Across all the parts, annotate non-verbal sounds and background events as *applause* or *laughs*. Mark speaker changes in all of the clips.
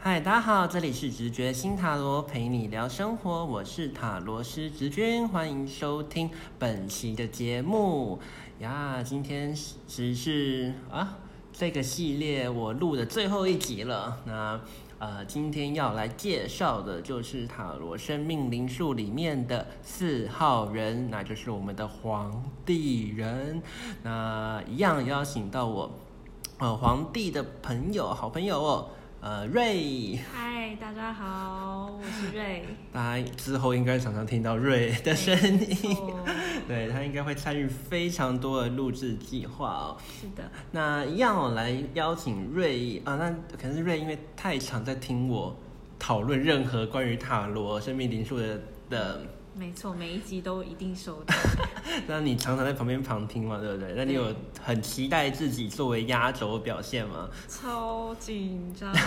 Speaker 1: 嗨，大家好，这里是直觉新塔罗，陪你聊生活，我是塔罗师直君，欢迎收听本期的节目呀。今天只是啊这个系列我录的最后一集了，那。呃，今天要来介绍的就是塔罗生命灵数里面的四号人，那就是我们的皇帝人。那一样邀请到我，呃，皇帝的朋友，好朋友哦，呃，瑞。
Speaker 2: 嗨，大家好，我是瑞。
Speaker 1: 大家之后应该常常听到瑞 *laughs* 的声音，
Speaker 2: 哦，
Speaker 1: *laughs* 对他应该会参与非常多的录制计划哦。
Speaker 2: 是的，
Speaker 1: 那一样我来邀请瑞啊，那可能是瑞因为太常在听我讨论任何关于塔罗、生命灵数的的，
Speaker 2: 没错，每一集都一定收
Speaker 1: *laughs*
Speaker 2: 到。
Speaker 1: 那你常常在旁边旁听嘛，对不对？那你有很期待自己作为压轴的表现吗？
Speaker 2: 超紧张的。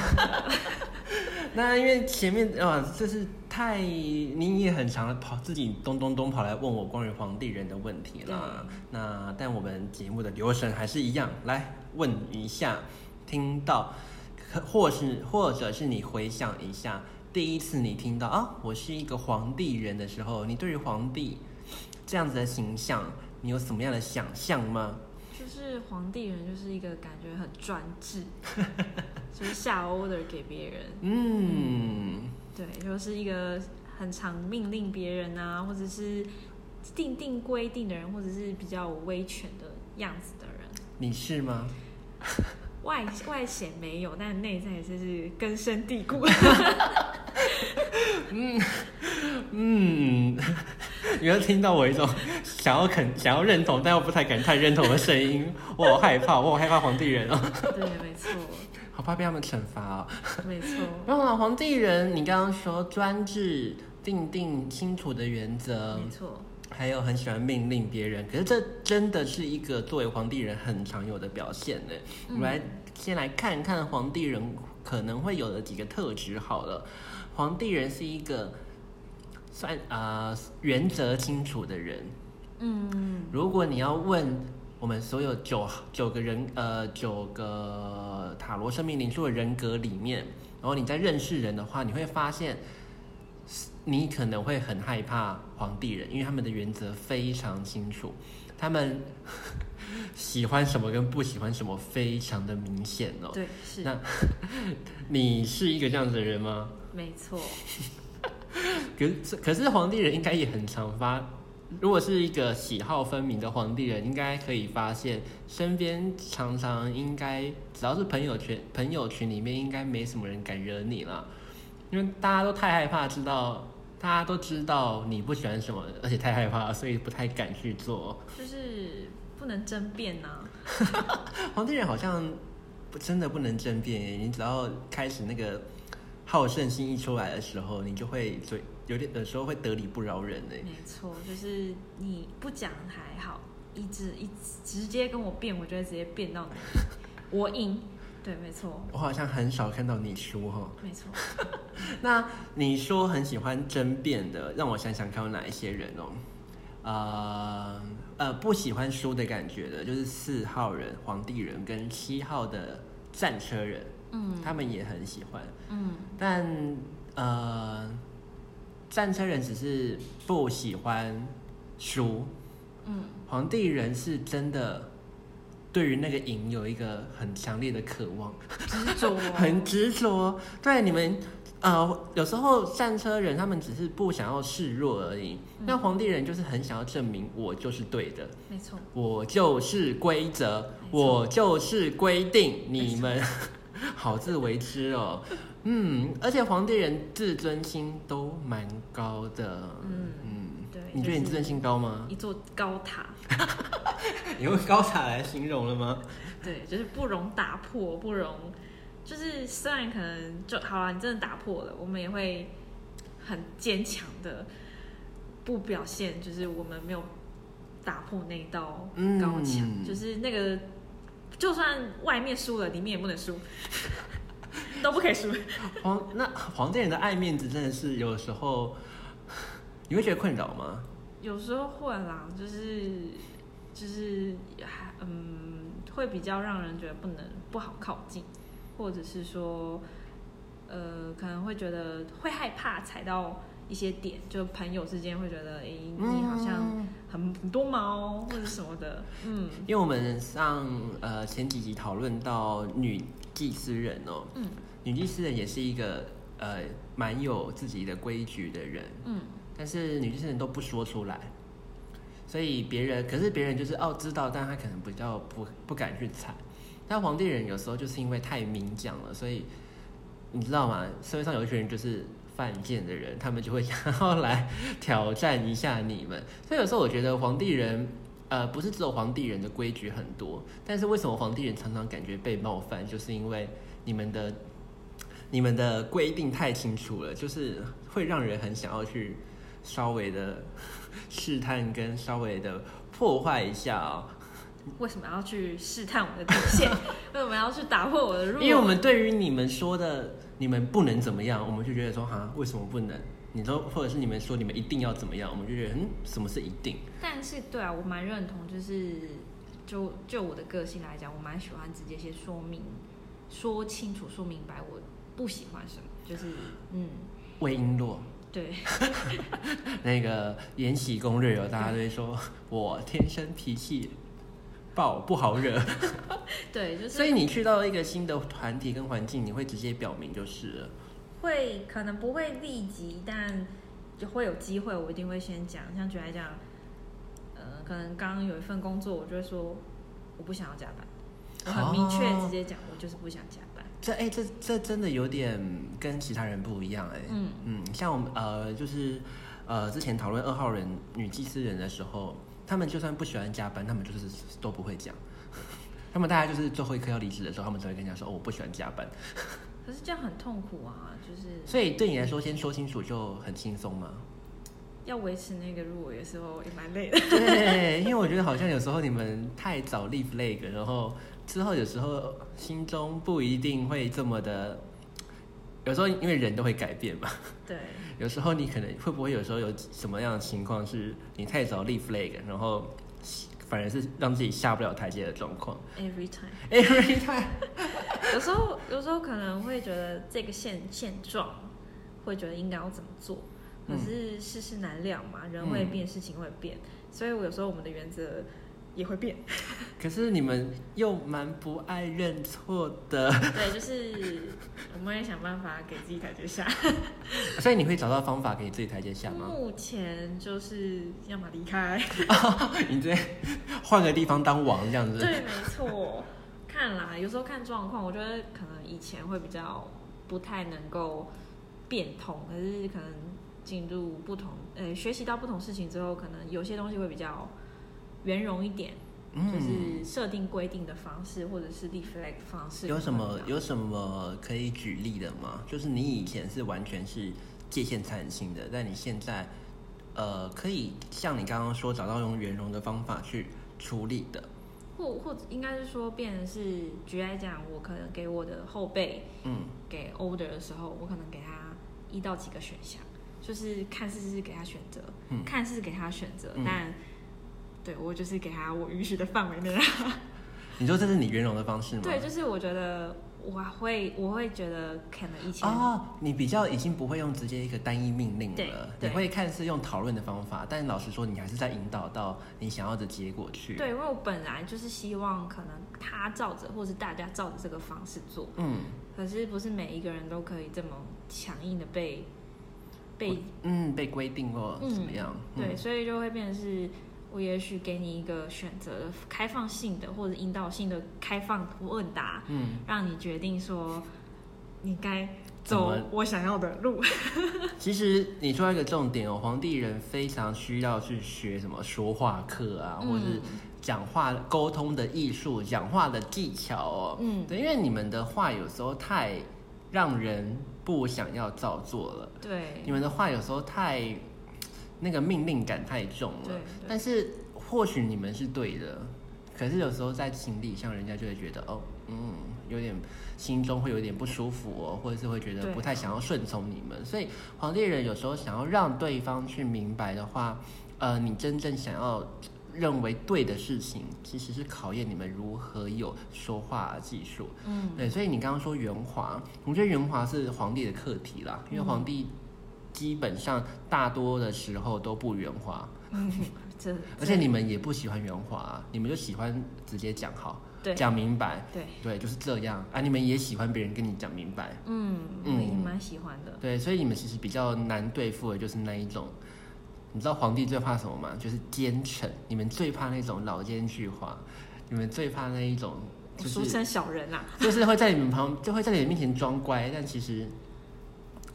Speaker 1: *laughs* 那因为前面啊，这是太你也很常跑自己咚咚咚跑来问我关于皇帝人的问题啦。那但我们节目的流程还是一样，来问一下，听到，可或是或者是你回想一下，第一次你听到啊，我是一个皇帝人的时候，你对于皇帝这样子的形象，你有什么样的想象吗？
Speaker 2: 就是皇帝人，就是一个感觉很专
Speaker 1: *laughs*
Speaker 2: 制，就是下 order 给别人，
Speaker 1: 嗯，
Speaker 2: 对，就是一个很常命令别人啊，或者是定定规定的人，或者是比较有威权的样子的人。
Speaker 1: 你是吗？
Speaker 2: 外外显没有，但内在也是根深蒂固。
Speaker 1: *laughs* 嗯，你会听到我一种想要肯、想要认同，但又不太敢太认同的声音。 *laughs* 我好害怕，我好害怕皇帝人哦，
Speaker 2: 对，没错，
Speaker 1: *laughs* 好怕被他们惩罚哦。
Speaker 2: 没错。
Speaker 1: 然后呢，皇帝人，你刚刚说专制、定定清楚的原则，
Speaker 2: 没错，
Speaker 1: 还有很喜欢命令别人，可是这真的是一个作为皇帝人很常有的表现呢。我们来先来看看皇帝人可能会有的几个特质好了。皇帝人是一个算啊、呃原则清楚的人。
Speaker 2: 嗯，
Speaker 1: 如果你要问我们所有九九个人呃九个塔罗生命灵数的人格里面，然后你在认识人的话，你会发现，你可能会很害怕皇帝人，因为他们的原则非常清楚，他们 *laughs* 喜欢什么跟不喜欢什么非常的明显哦。
Speaker 2: 对，是
Speaker 1: 那你是一个这样子的人吗？
Speaker 2: 没错，
Speaker 1: 可是可是皇帝人应该也很常发，如果是一个喜好分明的皇帝人，应该可以发现身边常常应该只要是朋友圈朋友群里面，应该没什么人敢惹你了，因为大家都太害怕知道。大家都知道你不喜欢什么，而且太害怕了，所以不太敢去做。
Speaker 2: 就是不能争辩呐、
Speaker 1: 皇帝人好像不真的不能争辩耶，你只要开始那个好胜心一出来的时候，你就会嘴有点有时候会得理不饶人哎。
Speaker 2: 没错，就是你不讲还好，一直一直直接跟我辩，我就会直接辩到你，我 *laughs* 赢。对，没错，
Speaker 1: 我好像很少看到你输哈。
Speaker 2: 没错，
Speaker 1: 那你说很喜欢争辩的，让我想想看有哪一些人哦。呃呃，不喜欢输的感觉的，就是四号人、皇帝人跟七号的战车人，
Speaker 2: 嗯
Speaker 1: 他们也很喜欢。
Speaker 2: 嗯，
Speaker 1: 但呃，战车人只是不喜欢输，
Speaker 2: 嗯，
Speaker 1: 皇帝人是真的对于那个赢有一个很强烈的渴望。
Speaker 2: 执着 *laughs*
Speaker 1: 很执着。对你们，呃，有时候战车人他们只是不想要示弱而已，那皇帝人就是很想要证明我就是对的，
Speaker 2: 没错，
Speaker 1: 我就是规则，
Speaker 2: 没错
Speaker 1: 我就是规定，你们 *laughs* 好自为之哦。嗯，而且皇帝人自尊心都蛮高的。
Speaker 2: 嗯
Speaker 1: 嗯，
Speaker 2: 对，
Speaker 1: 你觉得你自
Speaker 2: 就是
Speaker 1: 尊心高吗？
Speaker 2: 一座高塔，
Speaker 1: *laughs* 你用高塔来形容了吗？
Speaker 2: 对，就是不容打破，不容，就是虽然可能就好啊了，你真的打破了，我们也会很坚强的不表现，就是我们没有打破那道高墙，
Speaker 1: 嗯
Speaker 2: 就是那个就算外面输了，里面也不能输， *laughs* 都不可以输。
Speaker 1: 皇那皇帝人的爱面子真的是有时候 *laughs* 你会觉得困扰吗？
Speaker 2: 有时候会啦，就是就是嗯，会比较让人觉得不能不好靠近，或者是说呃，可能会觉得会害怕踩到一些点，就朋友之间会觉得，诶、你好像
Speaker 1: 嗯
Speaker 2: 很很多毛或者什么的，嗯
Speaker 1: 因为我们上呃前几集讨论到女祭司人哦，
Speaker 2: 嗯
Speaker 1: 女祭司人也是一个呃蛮有自己的规矩的人，
Speaker 2: 嗯，
Speaker 1: 但是女祭司人都不说出来，所以别人可是别人就是哦知道，但他可能比较不不敢去踩。但皇帝人有时候就是因为太明讲了，所以你知道吗？社会上有一群人就是犯贱的人，他们就会想要来挑战一下你们。所以有时候我觉得皇帝人。呃，不是只有皇帝人的规矩很多，但是为什么皇帝人常常感觉被冒犯，就是因为你们的你们的规定太清楚了，就是会让人很想要去稍微的 *laughs* 试探跟稍微的破坏一下哦，
Speaker 2: 为什么要去试探我的底线？ *laughs* 为什么要去打破我的入？
Speaker 1: 因为我们对于你们说的你们不能怎么样，我们就觉得说哈为什么不能？你说或者是你们说你们一定要怎么样，我们就觉得嗯什么是一定？
Speaker 2: 但是对啊，我蛮认同，就是就就我的个性来讲，我蛮喜欢直接先说明、说清楚、说明白我不喜欢什么，就是嗯，
Speaker 1: 魏璎珞
Speaker 2: 对， *laughs*
Speaker 1: 那个《延禧攻略》有大家都会说我天生脾气暴不好惹，
Speaker 2: 对，就是
Speaker 1: 所以你去到一个新的团体跟环境，你会直接表明就是了。
Speaker 2: 会可能不会立即，但就会有机会，我一定会先讲。像举例来讲，呃，可能刚刚有一份工作，我就会说我不想要加班，我很明确
Speaker 1: 哦
Speaker 2: 直接讲，我就是不想加班。
Speaker 1: 这哎、这这真的有点跟其他人不一样哎、
Speaker 2: 嗯
Speaker 1: 嗯，像我们呃，就是呃，之前讨论二号人女祭司人的时候，他们就算不喜欢加班，他们就是都不会讲。 *laughs* 他们大概就是最后一刻要离职的时候，他们才会跟人家说：“哦，我不喜欢加班。
Speaker 2: 可是这样很痛苦啊，就是”
Speaker 1: 所以对你来说，先说清楚就很轻松嘛。
Speaker 2: 要维持那个入围的时候也蛮累的。
Speaker 1: *laughs* 对，因为我觉得好像有时候你们太早立 flag，然后之后有时候心中不一定会这么的。有时候因为人都会改变嘛，
Speaker 2: 对，
Speaker 1: 有时候你可能会不会有时候有什么样的情况是你太早立 flag，然后反而是让自己下不了台阶的状况
Speaker 2: every time。
Speaker 1: *laughs* ？Every time，
Speaker 2: *laughs* 有时候有时候可能会觉得这个现现状，会觉得应该要怎么做，可
Speaker 1: 嗯
Speaker 2: 是世事难料嘛，人会变，事情会变，所以我有时候我们的原则也会
Speaker 1: *laughs*
Speaker 2: 变。
Speaker 1: 可是你们又蛮不爱认错的， *laughs*
Speaker 2: 对，就是我们也想办法给自己台阶下。
Speaker 1: 所以你会找到方法给自己台阶下吗？
Speaker 2: 目前就是要么离开，
Speaker 1: 你直接换个地方当王这样子？
Speaker 2: 嗯对，没错。看啦，有时候看状况，我觉得可能以前会比较不太能够变通，可是可能进入不同，呃，学习到不同事情之后，可能有些东西会比较圆融一点，
Speaker 1: 嗯
Speaker 2: 就是设定规定的方式，或者是立 flag 的方式。
Speaker 1: 有什么
Speaker 2: 可能会比较
Speaker 1: 有什么可以举例的吗？就是你以前是完全是界限产性的，但你现在呃可以像你刚刚说找到用圆融的方法去处理的，
Speaker 2: 或或者应该是说，变成是举例来讲，我可能给我的后辈
Speaker 1: 嗯，
Speaker 2: 给 older 的时候，我可能给他一到几个选项，就是看是不是给他选择，
Speaker 1: 嗯
Speaker 2: 看是不是给他选择，
Speaker 1: 嗯
Speaker 2: 但对我就是给他我允许的范围内。
Speaker 1: *laughs* 你说这是你圆融的方式吗？
Speaker 2: 对，就是我觉得我会我会觉得可能以前、
Speaker 1: 哦，你比较已经不会用直接一个单一命令
Speaker 2: 对
Speaker 1: 了，你
Speaker 2: 对
Speaker 1: 会看是用讨论的方法，但老实说，你还是在引导到你想要的结果去。，
Speaker 2: 对，因为我本来就是希望可能他照着或是大家照着这个方式做，
Speaker 1: 嗯
Speaker 2: 可是不是每一个人都可以这么强硬的被被
Speaker 1: 嗯，被规定或
Speaker 2: 嗯
Speaker 1: 怎么样？嗯
Speaker 2: 对，，所以就会变成是，我也许给你一个选择的开放性的或者引导性的开放问答，
Speaker 1: 嗯，
Speaker 2: 让你决定说你该
Speaker 1: 怎
Speaker 2: 走
Speaker 1: 么
Speaker 2: 我想要的路。
Speaker 1: 其实你说到一个重点哦，皇帝人非常需要去学什么说话课啊，
Speaker 2: 嗯
Speaker 1: 或是讲话沟通的艺术、讲话的技巧哦。
Speaker 2: 嗯，
Speaker 1: 对，因为你们的话有时候太让人不想要照做了，
Speaker 2: 对
Speaker 1: 你们的话有时候太那个命令感太重
Speaker 2: 对
Speaker 1: 了
Speaker 2: 对。
Speaker 1: 但是或许你们是对的，可是有时候在情理上，人家就会觉得哦，嗯，有点心中会有点不舒服哦，或者是会觉得
Speaker 2: 对
Speaker 1: 不太想要顺从你们。所以皇帝人有时候想要让对方去明白的话，呃，你真正想要认为对的事情，其实是考验你们如何有说话技术。
Speaker 2: 嗯，
Speaker 1: 对，所以你刚刚说圆滑，我觉得圆滑是皇帝的课题啦，因为皇帝基本上大多的时候都不圆滑，
Speaker 2: 这
Speaker 1: 而且你们也不喜欢圆滑、啊你们就喜欢直接讲好，
Speaker 2: 对
Speaker 1: 讲明白，
Speaker 2: 对，
Speaker 1: 对，就是这样啊。你们也喜欢别人跟你讲明白，
Speaker 2: 嗯，我
Speaker 1: 嗯
Speaker 2: 也蛮喜欢的。
Speaker 1: 对，所以你们其实比较难对付的就是那一种。你知道皇帝最怕什么吗？就是奸臣，你们最怕那种老奸巨猾，你们最怕那一种，
Speaker 2: 我
Speaker 1: 就
Speaker 2: 俗
Speaker 1: 是
Speaker 2: 称小人啊啦、
Speaker 1: *laughs* 就是会在你们旁，就会在你们面前装乖，但其实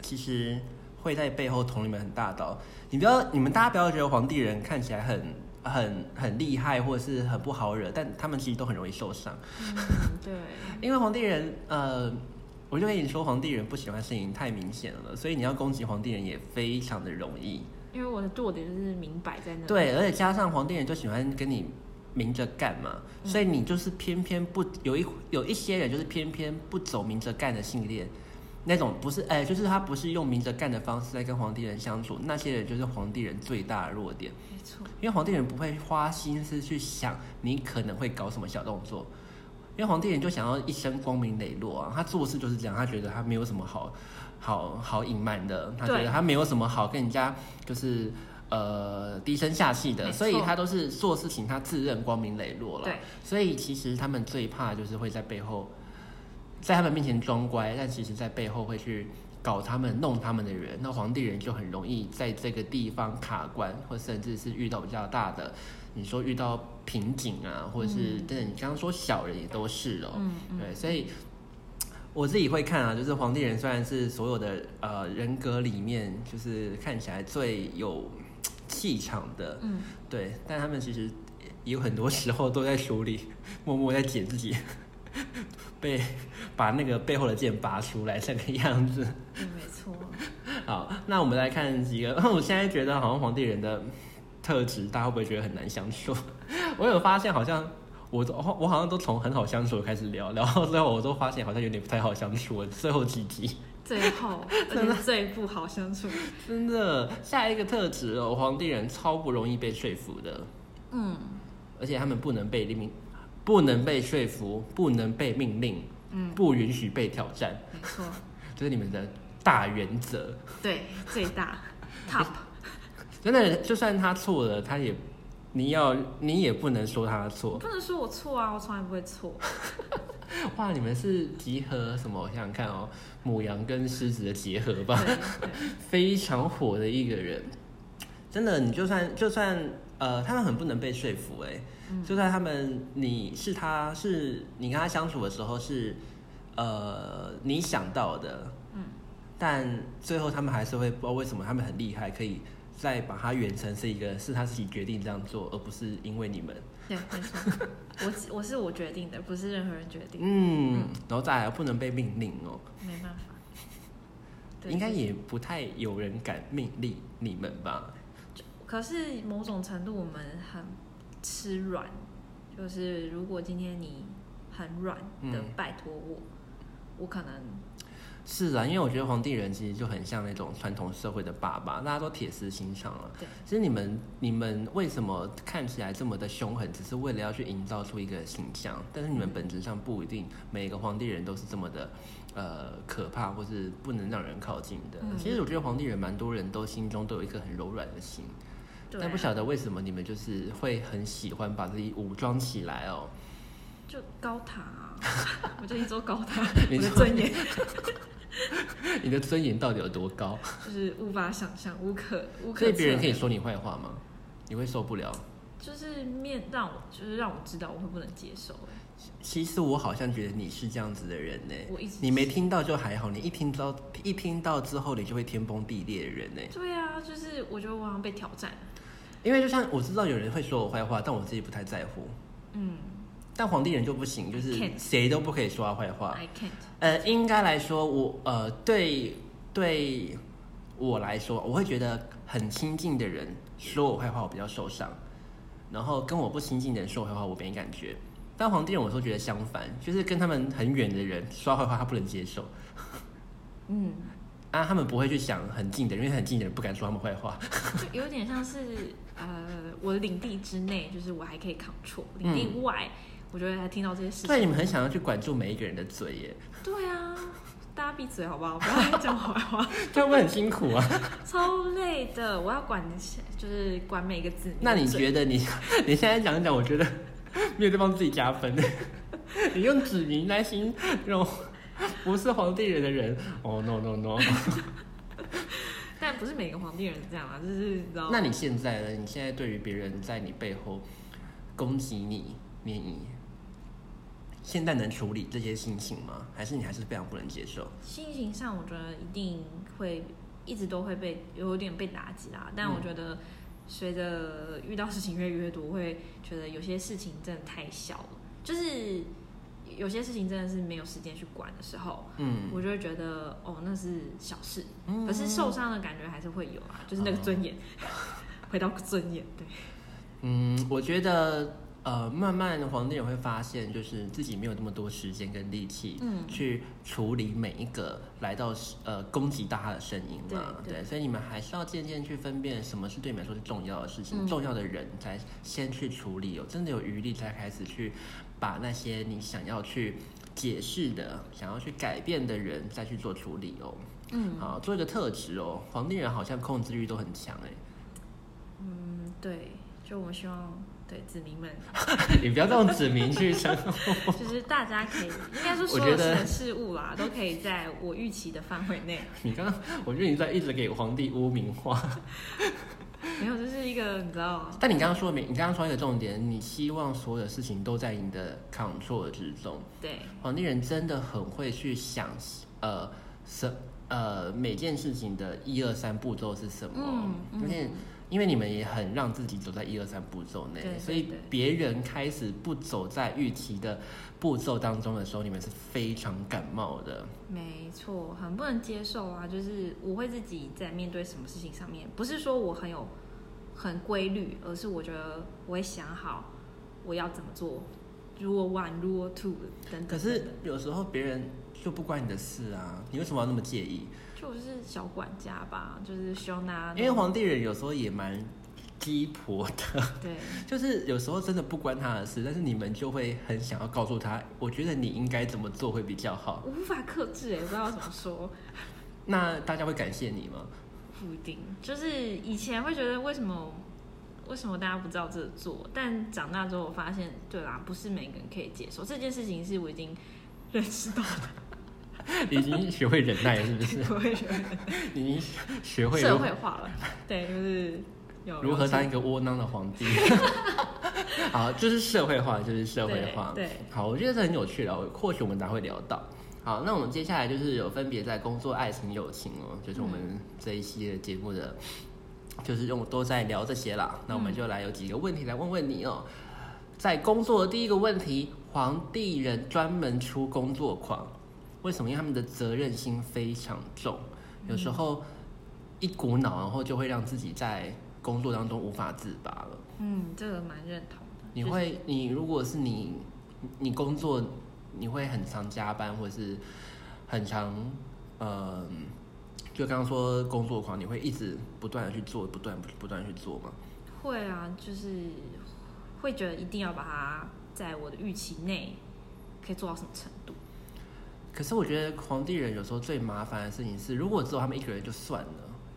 Speaker 1: 其实会在背后捅你们很大刀。你不要，你们大家不要觉得皇帝人看起来很很很厉害，或者是很不好惹，但他们其实都很容易受伤。
Speaker 2: 嗯，对，
Speaker 1: 因为皇帝人，呃，我就跟你说，皇帝人不喜欢呻吟太明显了，所以你要攻击皇帝人也非常的容易。
Speaker 2: 因为我的弱点就是明摆在那。，
Speaker 1: 对，而且加上皇帝人就喜欢跟你明着干嘛，所以你就是偏偏不有一有一些人就是偏偏不走明着干的信念，那种不是哎、就是他不是用明着干的方式在跟皇帝人相处，那些人就是皇帝人最大的弱点，
Speaker 2: 没错，
Speaker 1: 因为皇帝人不会花心思去想你可能会搞什么小动作。因为皇帝人就想要一生光明磊落啊，他做事就是这样，他觉得他没有什么好好好隐瞒的，他觉
Speaker 2: 对
Speaker 1: 得他没有什么好跟人家就是呃低声下气
Speaker 2: 没
Speaker 1: 的，
Speaker 2: 错
Speaker 1: 所以他都是做事情他自认光明磊落了
Speaker 2: 对。
Speaker 1: 所以其实他们最怕就是会在背后，在他们面前装乖，但其实在背后会去搞他们、弄他们的人。那皇帝人就很容易在这个地方卡关，或甚至是遇到比较大的，你说遇到瓶颈啊，或者是真的你刚刚说小人也都是哦。
Speaker 2: 嗯嗯，
Speaker 1: 对，所以我自己会看啊，就是皇帝人虽然是所有的呃人格里面，就是看起来最有气场的，
Speaker 2: 嗯，
Speaker 1: 对，但他们其实有很多时候都在手里默默在剪自己，被把那个背后的剑拔出来这个样子。
Speaker 2: 对，没错，
Speaker 1: 好，那我们来看几个。 *laughs* 我现在觉得好像皇帝人的特质，大家会不会觉得很难相处？ *laughs* 我有发现，好像我都我好像都从很好相处开始聊，然后最后我都发现好像有点不太好相处了。最后几集
Speaker 2: 最后
Speaker 1: *laughs*
Speaker 2: 而且最不好相处。
Speaker 1: 真的下一个特质哦，皇帝人超不容易被说服的，
Speaker 2: 嗯
Speaker 1: 而且他们不能被命，不能被说服，不能被命令，
Speaker 2: 嗯，
Speaker 1: 不允许被挑战，
Speaker 2: 没错，
Speaker 1: 这、是你们的大原则。
Speaker 2: 对，最
Speaker 1: *laughs*
Speaker 2: 大 top，
Speaker 1: 真的，就算他错了，他也你要你也不能说他
Speaker 2: 我
Speaker 1: 错。
Speaker 2: 不能说我错啊，我从来不会错。
Speaker 1: *laughs* 哇，你们是集合什么？我想想看哦，母羊跟狮子的结合吧，
Speaker 2: 对对，
Speaker 1: 非常火的一个人。真的，你就算就算呃，他们很不能被说服哎、
Speaker 2: 嗯
Speaker 1: 就算他们你是他是你跟他相处的时候是呃你想到的，
Speaker 2: 嗯，
Speaker 1: 但最后他们还是会不知道为什么他们很厉害，可以再把它圆成是一个是他自己决定这样做，而不是因为你们。
Speaker 2: 对，没错，我只我是我决定的，不是任何人决定，
Speaker 1: 嗯，然后再来不能被命令哦，
Speaker 2: 没办法。对
Speaker 1: 应该
Speaker 2: 就是
Speaker 1: 也不太有人敢命令你们吧？
Speaker 2: 可是某种程度，我们很吃软，就是如果今天你很软的
Speaker 1: 嗯
Speaker 2: 拜托我，我可能
Speaker 1: 是啊，因为我觉得皇帝人其实就很像那种传统社会的爸爸，大家都铁石心肠了。
Speaker 2: 对，
Speaker 1: 其实你们你们为什么看起来这么的凶狠，只是为了要去营造出一个形象？但是你们本质上不一定每个皇帝人都是这么的，呃，可怕或是不能让人靠近的。
Speaker 2: 嗯
Speaker 1: 其实我觉得皇帝人蛮多人都心中都有一颗很柔软的心。
Speaker 2: 对、
Speaker 1: 但不
Speaker 2: 啊，
Speaker 1: 晓得为什么你们就是会很喜欢把自己武装起来
Speaker 2: *laughs*
Speaker 1: 哦。
Speaker 2: 就高塔、
Speaker 1: *laughs*
Speaker 2: 啊，我就一座高塔，
Speaker 1: 你
Speaker 2: 我的
Speaker 1: 说
Speaker 2: 尊严
Speaker 1: 你的尊严到底有多高？
Speaker 2: 就是无法想象，无可无可
Speaker 1: 所以别人
Speaker 2: 测
Speaker 1: 可以说你坏话吗？你会受不了。
Speaker 2: 就是面让我就是让我知道我会不能接受，
Speaker 1: 其实我好像觉得你是这样子的人呢、
Speaker 2: 我一直
Speaker 1: 你没听到就还好，你一听到一听到之后，你就会天崩地裂的人呢、
Speaker 2: 对啊，就是我觉得我好像被挑战，
Speaker 1: 因为就像我知道有人会说我坏话，但我自己不太在乎。
Speaker 2: 嗯
Speaker 1: 但皇帝人就不行，就是
Speaker 2: Can't
Speaker 1: 谁都不可以说他坏话。
Speaker 2: ，I can't，
Speaker 1: 呃，应该来说，我呃，对对我来说，我会觉得很亲近的人说我坏话，我比较受伤；然后跟我不亲近的人说我坏话，我没感觉。但皇帝人，我都觉得相反，就是跟他们很远的人说他坏话，他不能接受。
Speaker 2: 嗯，
Speaker 1: 啊、啊，他们不会去想很近的人，因为很近的人不敢说他们坏 *laughs* 话。
Speaker 2: 就 *laughs* 有点像是呃，我的领地之内，就是我还可以 control，领地外，我觉得还听到这些事
Speaker 1: 对，嗯你
Speaker 2: 情，
Speaker 1: 们很想要去管住每一个人的嘴 *laughs* 耶，
Speaker 2: 对啊，大家闭嘴好不好？不要讲我坏话， *laughs*
Speaker 1: 这样会很辛苦啊。
Speaker 2: 超累的，我要管，就是管每一个字。
Speaker 1: 那你
Speaker 2: 嘴
Speaker 1: 觉得你 *laughs* 你现在讲一讲，我觉得 *laughs* 没有地方自己加分。 *laughs* 你用指名来形容不是皇帝人的人， *laughs* 哦、no no no。
Speaker 2: 但不是每个皇帝人这样啊，就是你知道，
Speaker 1: 那你现在呢？你现在对于别人在你背后攻击你、免疫，现在能处理这些心情吗？还是你还是非常不能接受？
Speaker 2: 心情上，我觉得一定会一直都会被有点被打击啦。但
Speaker 1: 嗯
Speaker 2: 我觉得随着遇到事情越来越多，我会觉得有些事情真的太小了，就是有些事情真的是没有时间去管的时候，
Speaker 1: 嗯，
Speaker 2: 我就会觉得哦那是小事，
Speaker 1: 嗯
Speaker 2: 可是受伤的感觉还是会有啊，就是那个 *laughs* 尊严。回到尊严，对，
Speaker 1: 嗯，我觉得呃，慢慢皇帝也会发现，就是自己没有那么多时间跟力气，
Speaker 2: 嗯
Speaker 1: 去处理每一个来到呃攻击到他的声音嘛，
Speaker 2: 对对
Speaker 1: 所以你们还是要渐渐去分辨什么是对你们来说是重要的事情，
Speaker 2: 嗯
Speaker 1: 重要的人才先去处理，有真的有余力才开始去把那些你想要去解释的、想要去改变的人再去做处理哦。
Speaker 2: 嗯
Speaker 1: 好，做一个特质哦，皇帝人好像控制欲都很强哎，
Speaker 2: 嗯，对，就我希望对子民 *laughs* 们
Speaker 1: *laughs* 你不要这种指名去称
Speaker 2: 就是大家可以，应该说
Speaker 1: 我
Speaker 2: 所
Speaker 1: 觉
Speaker 2: 有
Speaker 1: 得
Speaker 2: 的事物啦，都可以在我预期的范围内。
Speaker 1: *laughs* 你刚刚，我觉得你在一直给皇帝污名化。
Speaker 2: 没有，就是一个你知道，
Speaker 1: *laughs* 但你刚刚说明，你刚刚说一个重点，你希望所有的事情都在你的 control 之中。
Speaker 2: 对，
Speaker 1: 皇帝人真的很会去想，呃，什呃每件事情的一二三步骤是什么，
Speaker 2: 嗯嗯
Speaker 1: 而且因为你们也很让自己走在一二三步骤内
Speaker 2: 对，对
Speaker 1: 所以
Speaker 2: 对
Speaker 1: 别人开始不走在预期的步骤当中的时候，你们是非常感冒的。
Speaker 2: 没错，很不能接受啊。就是我会自己在面对什么事情上面，不是说我很有很规律，而是我觉得我会想好我要怎么做，如果 one，如果 two 等等。
Speaker 1: 可
Speaker 2: 等
Speaker 1: 是
Speaker 2: 等
Speaker 1: 有时候别人就不关你的事啊，你为什么要那么介意？
Speaker 2: 就是小管家吧，就是希望大家
Speaker 1: 因为皇帝人有时候也蛮鸡婆的， *laughs*
Speaker 2: 对
Speaker 1: 就是有时候真的不关他的事，但是你们就会很想要告诉他，我觉得你应该怎么做会比较好。
Speaker 2: 我无法克制哎、我不知道怎么说。
Speaker 1: 那大家会感谢你
Speaker 2: *laughs*
Speaker 1: 吗？
Speaker 2: 不一定，就是以前会觉得为什么为什么大家不知道这个做，但长大之后我发现，对啦，不是每个人可以接受这件事情，是我已经认识到的，
Speaker 1: 你已经学会忍耐了，是不是？
Speaker 2: 我会觉得
Speaker 1: 你已经学会
Speaker 2: 社
Speaker 1: 如
Speaker 2: 会化了，对，就是有
Speaker 1: 如何
Speaker 2: 有
Speaker 1: 当一个窝囊的皇帝。 *laughs* 好，就是社会化，就是社会化。
Speaker 2: 对对
Speaker 1: 好，我觉得这很有趣了，或许我们等下会聊到。好，那我们接下来就是有分别在工作、爱情、友情哦，就是我们这一系列节目的，就是用都在聊这些啦。那我们就来有几个问题来问问你哦。在工作的第一个问题，皇帝人专门出工作狂，为什么？因为他们的责任心非常重，有时候一股脑，然后就会让自己在工作当中无法自拔了。
Speaker 2: 嗯，这个蛮认同的，
Speaker 1: 你
Speaker 2: 就是
Speaker 1: 会，你如果是你，你工作你会很常加班，或是很常，呃，就刚刚说工作狂，你会一直不断的去做，不断不断地去做吗？
Speaker 2: 会啊，就是会觉得一定要把它在我的预期内可以做到什么程度，
Speaker 1: 可是我觉得皇帝人有时候最麻烦的事情是，如果只有他们一个人就算了，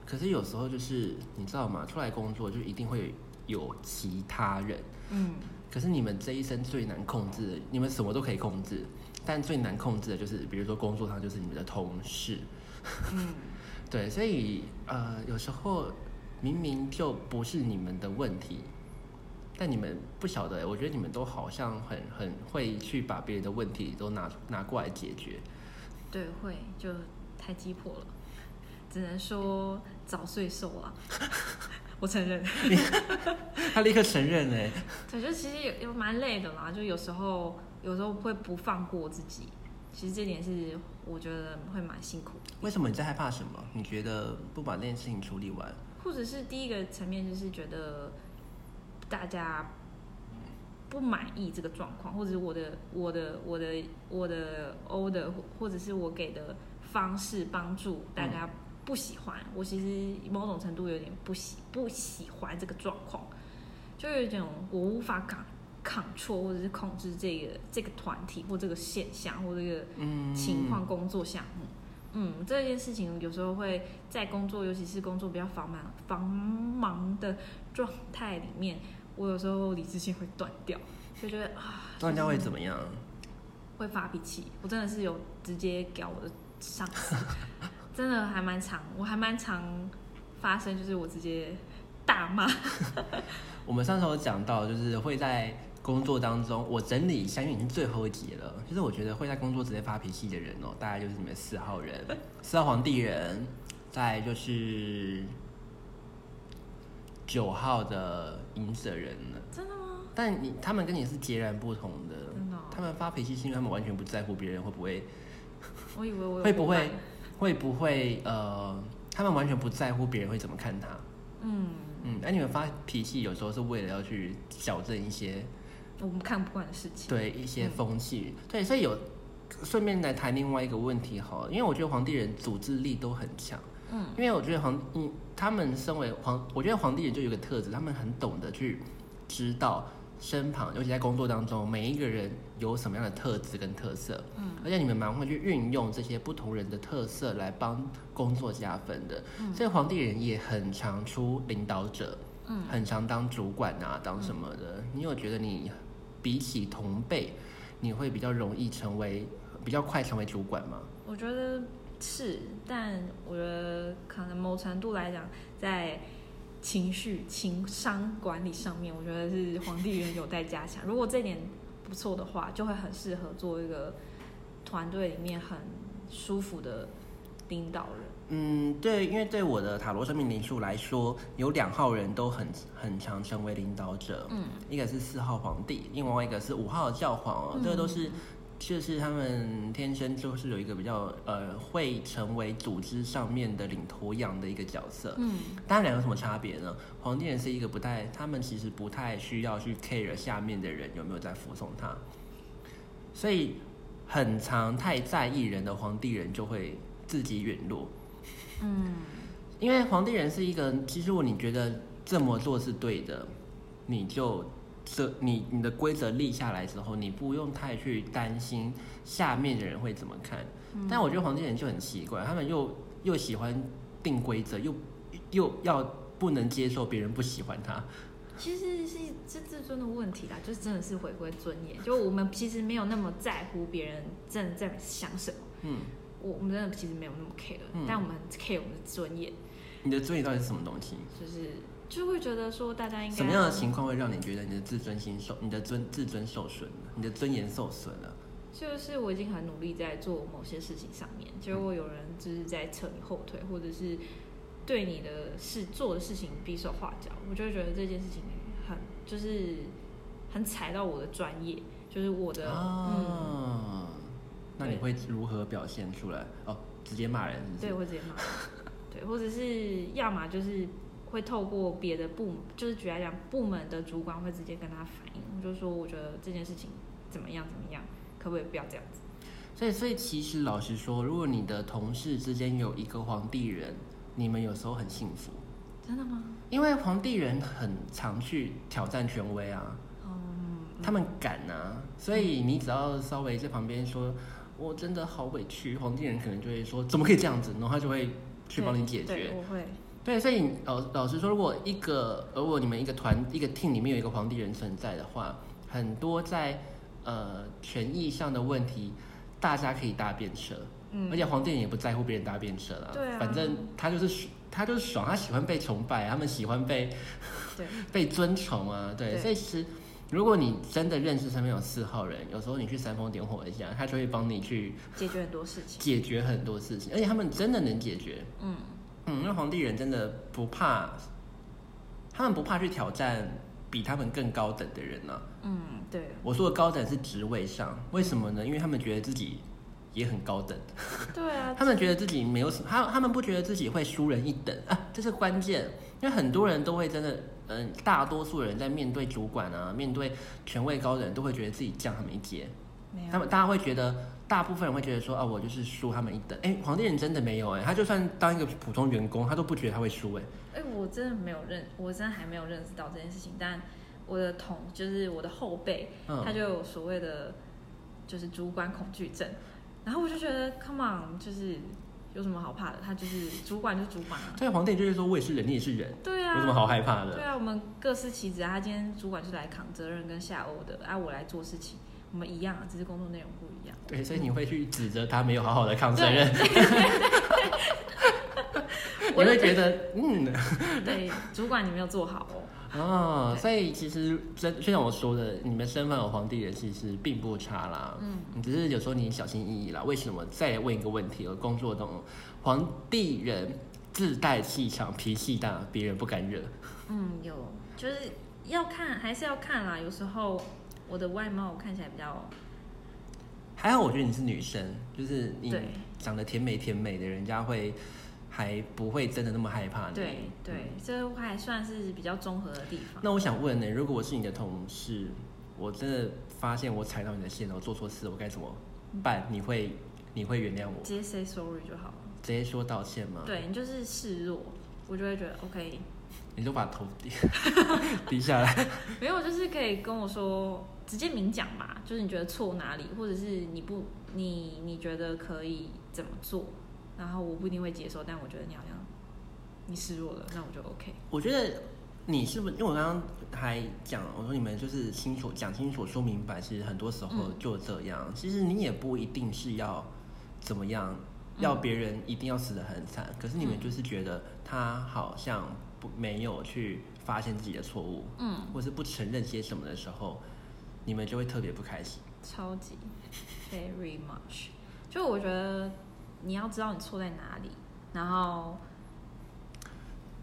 Speaker 1: 可是有时候就是你知道吗？出来工作就一定会有其他人，
Speaker 2: 嗯，
Speaker 1: 可是你们这一生最难控制的，你们什么都可以控制，但最难控制的就是，比如说工作上就是你们的同事，
Speaker 2: 嗯，
Speaker 1: *laughs* 对，所以呃，有时候明明就不是你们的问题，但你们不晓得，我觉得你们都好像很很会去把别人的问题都拿拿过来解决，
Speaker 2: 对，会就太鸡迫了，只能说早睡瘦啊， *laughs* 我承认。
Speaker 1: 他立刻承认
Speaker 2: *laughs*
Speaker 1: 哎，
Speaker 2: 对，就其实也也蛮累的啦，就有时候有时候会不放过自己，其实这点是我觉得会蛮辛苦的，
Speaker 1: 为什么你在害怕什么？你觉得不把那件事情处理完，
Speaker 2: 或者是第一个层面就是觉得大家不满意这个状况，或者是我的我的我的我的 order，或者是我给的方式帮助大家不喜欢，我其实某种程度有点不喜不喜欢这个状况，就有一种我无法扛扛错或者是控制这个这个团体或这个现象或这个
Speaker 1: 嗯
Speaker 2: 情况、工作项目。嗯，这件事情有时候会在工作，尤其是工作比较繁忙、繁忙的状态里面，我有时候理智性会断掉，就觉得啊，
Speaker 1: 断掉会怎么样？
Speaker 2: 会发脾气。我真的是有直接屌我的上司， *laughs* 真的还蛮常，我还蛮常发生，就是我直接大骂。
Speaker 1: 我们上次有讲到，就是会在工作当中，我整理一下，因为已经最后一集了。就是我觉得会在工作直接发脾气的人哦，大概就是你们四号人、四号皇帝人，再来就是九号的隐者人了。
Speaker 2: 真的吗？
Speaker 1: 但你他们跟你是截然不同的，
Speaker 2: 真的哦
Speaker 1: 他们发脾气是因为他们完全不在乎别人会不会
Speaker 2: 我以为我有
Speaker 1: 会不
Speaker 2: 伙伴
Speaker 1: 会？会不会呃，他们完全不在乎别人会怎么看他。
Speaker 2: 嗯，
Speaker 1: 嗯，那、你们发脾气有时候是为了要去矫正一些
Speaker 2: 我们看不惯的事情。嗯
Speaker 1: 对一些风气，对，所以有顺便来谈另外一个问题哈，因为我觉得皇帝人组织力都很强，
Speaker 2: 嗯，
Speaker 1: 因为我觉得皇嗯，他们身为皇，我觉得皇帝人就有一个特质，他们很懂得去知道身旁，尤其在工作当中，每一个人有什么样的特质跟特色，
Speaker 2: 嗯，
Speaker 1: 而且你们蛮会去运用这些不同人的特色来帮工作加分的，
Speaker 2: 嗯
Speaker 1: 所以皇帝人也很常出领导者，
Speaker 2: 嗯
Speaker 1: 很常当主管啊，当什么的。你有觉得你比起同辈，你会比较容易成为比较快成为主管吗？
Speaker 2: 我觉得是，但我觉得可能某程度来讲，在情绪情商管理上面，我觉得是皇帝人有待加强。如果这点不错的话，就会很适合做一个团队里面很舒服的领导人。
Speaker 1: 嗯，对，因为对我的塔罗生命灵数来说，有两号人都很很常成为领导者，
Speaker 2: 嗯，
Speaker 1: 一个是四号皇帝，另外一个是五号教皇哦，
Speaker 2: 嗯
Speaker 1: 这个都是就是他们天生就是有一个比较呃会成为组织上面的领头羊的一个角色。
Speaker 2: 嗯
Speaker 1: 当然有什么差别呢？皇帝人是一个不太，他们其实不太需要去 care 下面的人有没有在服从他，所以很常太在意人的皇帝人就会自己陨落。
Speaker 2: 嗯
Speaker 1: 因为皇帝人是一个，其实如果你觉得这么做是对的，你就这你你的规则立下来之后，你不用太去担心下面的人会怎么看。但我觉得皇帝人就很奇怪，他们又又喜欢定规则，又又要不能接受别人不喜欢他。
Speaker 2: 其实是是自尊的问题啦，就是真的是回归尊严。就我们其实没有那么在乎别人正在想什么，
Speaker 1: 嗯，
Speaker 2: 我我们真的其实没有那么 care，、
Speaker 1: 嗯
Speaker 2: 但我们 care 我们的尊严。
Speaker 1: 你的尊严到底是什么东西？
Speaker 2: 就是就会觉得说大家应该
Speaker 1: 什么样的情况会让你觉得你的自尊心受、你的尊自尊受损了，你的尊严受损了？
Speaker 2: 就是我已经很努力在做某些事情上面，结果有人就是在扯你后腿，或者是对你的事做的事情比手画脚，我就会觉得这件事情很就是很踩到我的专业，就是我的、嗯，
Speaker 1: 啊，那你
Speaker 2: 对
Speaker 1: 会如何表现出来？哦，直接骂人是不是？
Speaker 2: 对，我直
Speaker 1: *laughs*
Speaker 2: 接骂，对，或者是要么就是会透过别的部门，就是举来讲部门的主管会直接跟他反映，我就说我觉得这件事情怎么样怎么样，可不可以不要这样子？
Speaker 1: 所以，所以其实老实说，如果你的同事之间有一个皇帝人，你们有时候很幸福，
Speaker 2: 真的吗？
Speaker 1: 因为皇帝人很常去挑战权威啊，
Speaker 2: 嗯，
Speaker 1: 他们敢啊，所以你只要稍微在旁边说，我真的好委屈，皇帝人可能就会说怎么可以这样子，然后他就会去帮你解
Speaker 2: 对对
Speaker 1: 决。
Speaker 2: 我会，
Speaker 1: 对，所以老老实说，如果一个如果你们一个团一个 team 里面有一个皇帝人存在的话，很多在呃权益上的问题，大家可以搭便车，
Speaker 2: 嗯，
Speaker 1: 而且皇帝人也不在乎别人搭便车啦，
Speaker 2: 对啊
Speaker 1: 反正他就是爽他就是爽，他喜欢被崇拜，他们喜欢被
Speaker 2: 对，
Speaker 1: 被尊崇啊，对，
Speaker 2: 对
Speaker 1: 所以其实如果你真的认识身边有四号人，有时候你去煽风点火一下，他就会帮你去
Speaker 2: 解决很多事情。
Speaker 1: 解决很多事情，而且他们真的能解决，
Speaker 2: 嗯，
Speaker 1: 嗯，那皇帝人真的不怕，他们不怕去挑战比他们更高等的人呢、
Speaker 2: 嗯，
Speaker 1: *laughs*
Speaker 2: 对
Speaker 1: 我说的高等是职位上，为什么呢？因为他们觉得自己也很高等，
Speaker 2: 对啊，
Speaker 1: 他们觉得自己没有什么，他他们不觉得自己会输人一等啊，这是关键。因为很多人都会真的，嗯、大多数人在面对主管啊，面对权位高的人，都会觉得自己降他们一阶。
Speaker 2: 没有
Speaker 1: 他们大家会觉得，大部分人会觉得说，哦，我就是输他们一等。哎，黄帝人真的没有哎，他就算当一个普通员工，他都不觉得他会输哎。
Speaker 2: 哎、我真的没有认，我真的还没有认识到这件事情。但我的同就是我的后辈，
Speaker 1: 嗯
Speaker 2: 他就有所谓的就是主管恐惧症，然后我就觉得，come on，就是有什么好怕的？他就是主管就主管啊，
Speaker 1: 对，黄帝就是说我也是人，你也是人，
Speaker 2: 对啊，
Speaker 1: 有什么好害怕
Speaker 2: 对
Speaker 1: 的？
Speaker 2: 啊，我们各司其职啊。他今天主管就是来扛责任跟下欧的，啊，我来做事情，我们一样啊，只是工作内容不一样。
Speaker 1: 对，所以你会去指责他没有好好的扛责任， *laughs*
Speaker 2: *laughs*
Speaker 1: 你
Speaker 2: 我就
Speaker 1: 会觉得嗯
Speaker 2: 对，主管你没有做好哦。
Speaker 1: 哦，
Speaker 2: 对
Speaker 1: 所以其实真就像我说的，你们身份有皇帝人其实并不差啦，
Speaker 2: 嗯，
Speaker 1: 只是有时候你小心翼翼啦。为什么？再问一个问题哦，工作中皇帝人自带气场，脾气大，别人不敢惹。
Speaker 2: 嗯，有，就是要看，还是要看啦。有时候我的外貌看起来比较，
Speaker 1: 还好，我觉得你是女生，就是你
Speaker 2: 对
Speaker 1: 长得甜美甜美的，人家会还不会真的那么害怕你。
Speaker 2: 对对，这还算是比较综合的地方。
Speaker 1: 那我想问呢、如果我是你的同事，我真的发现我踩到你的线了，我做错事，我该怎么办？你会你会原谅我，
Speaker 2: 直接 say sorry 就好了。
Speaker 1: 直接说道歉吗？，
Speaker 2: 对你就是示弱，我就会觉得 OK，
Speaker 1: 你就把头低 *laughs* 低下来。
Speaker 2: 没有，就是可以跟我说，直接明讲嘛，就是你觉得错哪里，或者是你不你你觉得可以怎么做，然后我不一定会接受，但我觉得你好像你示弱了，那我就 OK。
Speaker 1: 我觉得你是不是？因为我刚刚还讲，我说你们就是清楚讲清楚说明白，其实很多时候
Speaker 2: 嗯
Speaker 1: 就这样。其实你也不一定是要怎么样，要别人一定要死得很惨。可是你们
Speaker 2: 嗯
Speaker 1: 就是觉得他好像不没有去发现自己的错误，
Speaker 2: 嗯，
Speaker 1: 或是不承认些什么的时候，你们就会特别不开心。
Speaker 2: 超级 very much。就我觉得你要知道你错在哪里，然后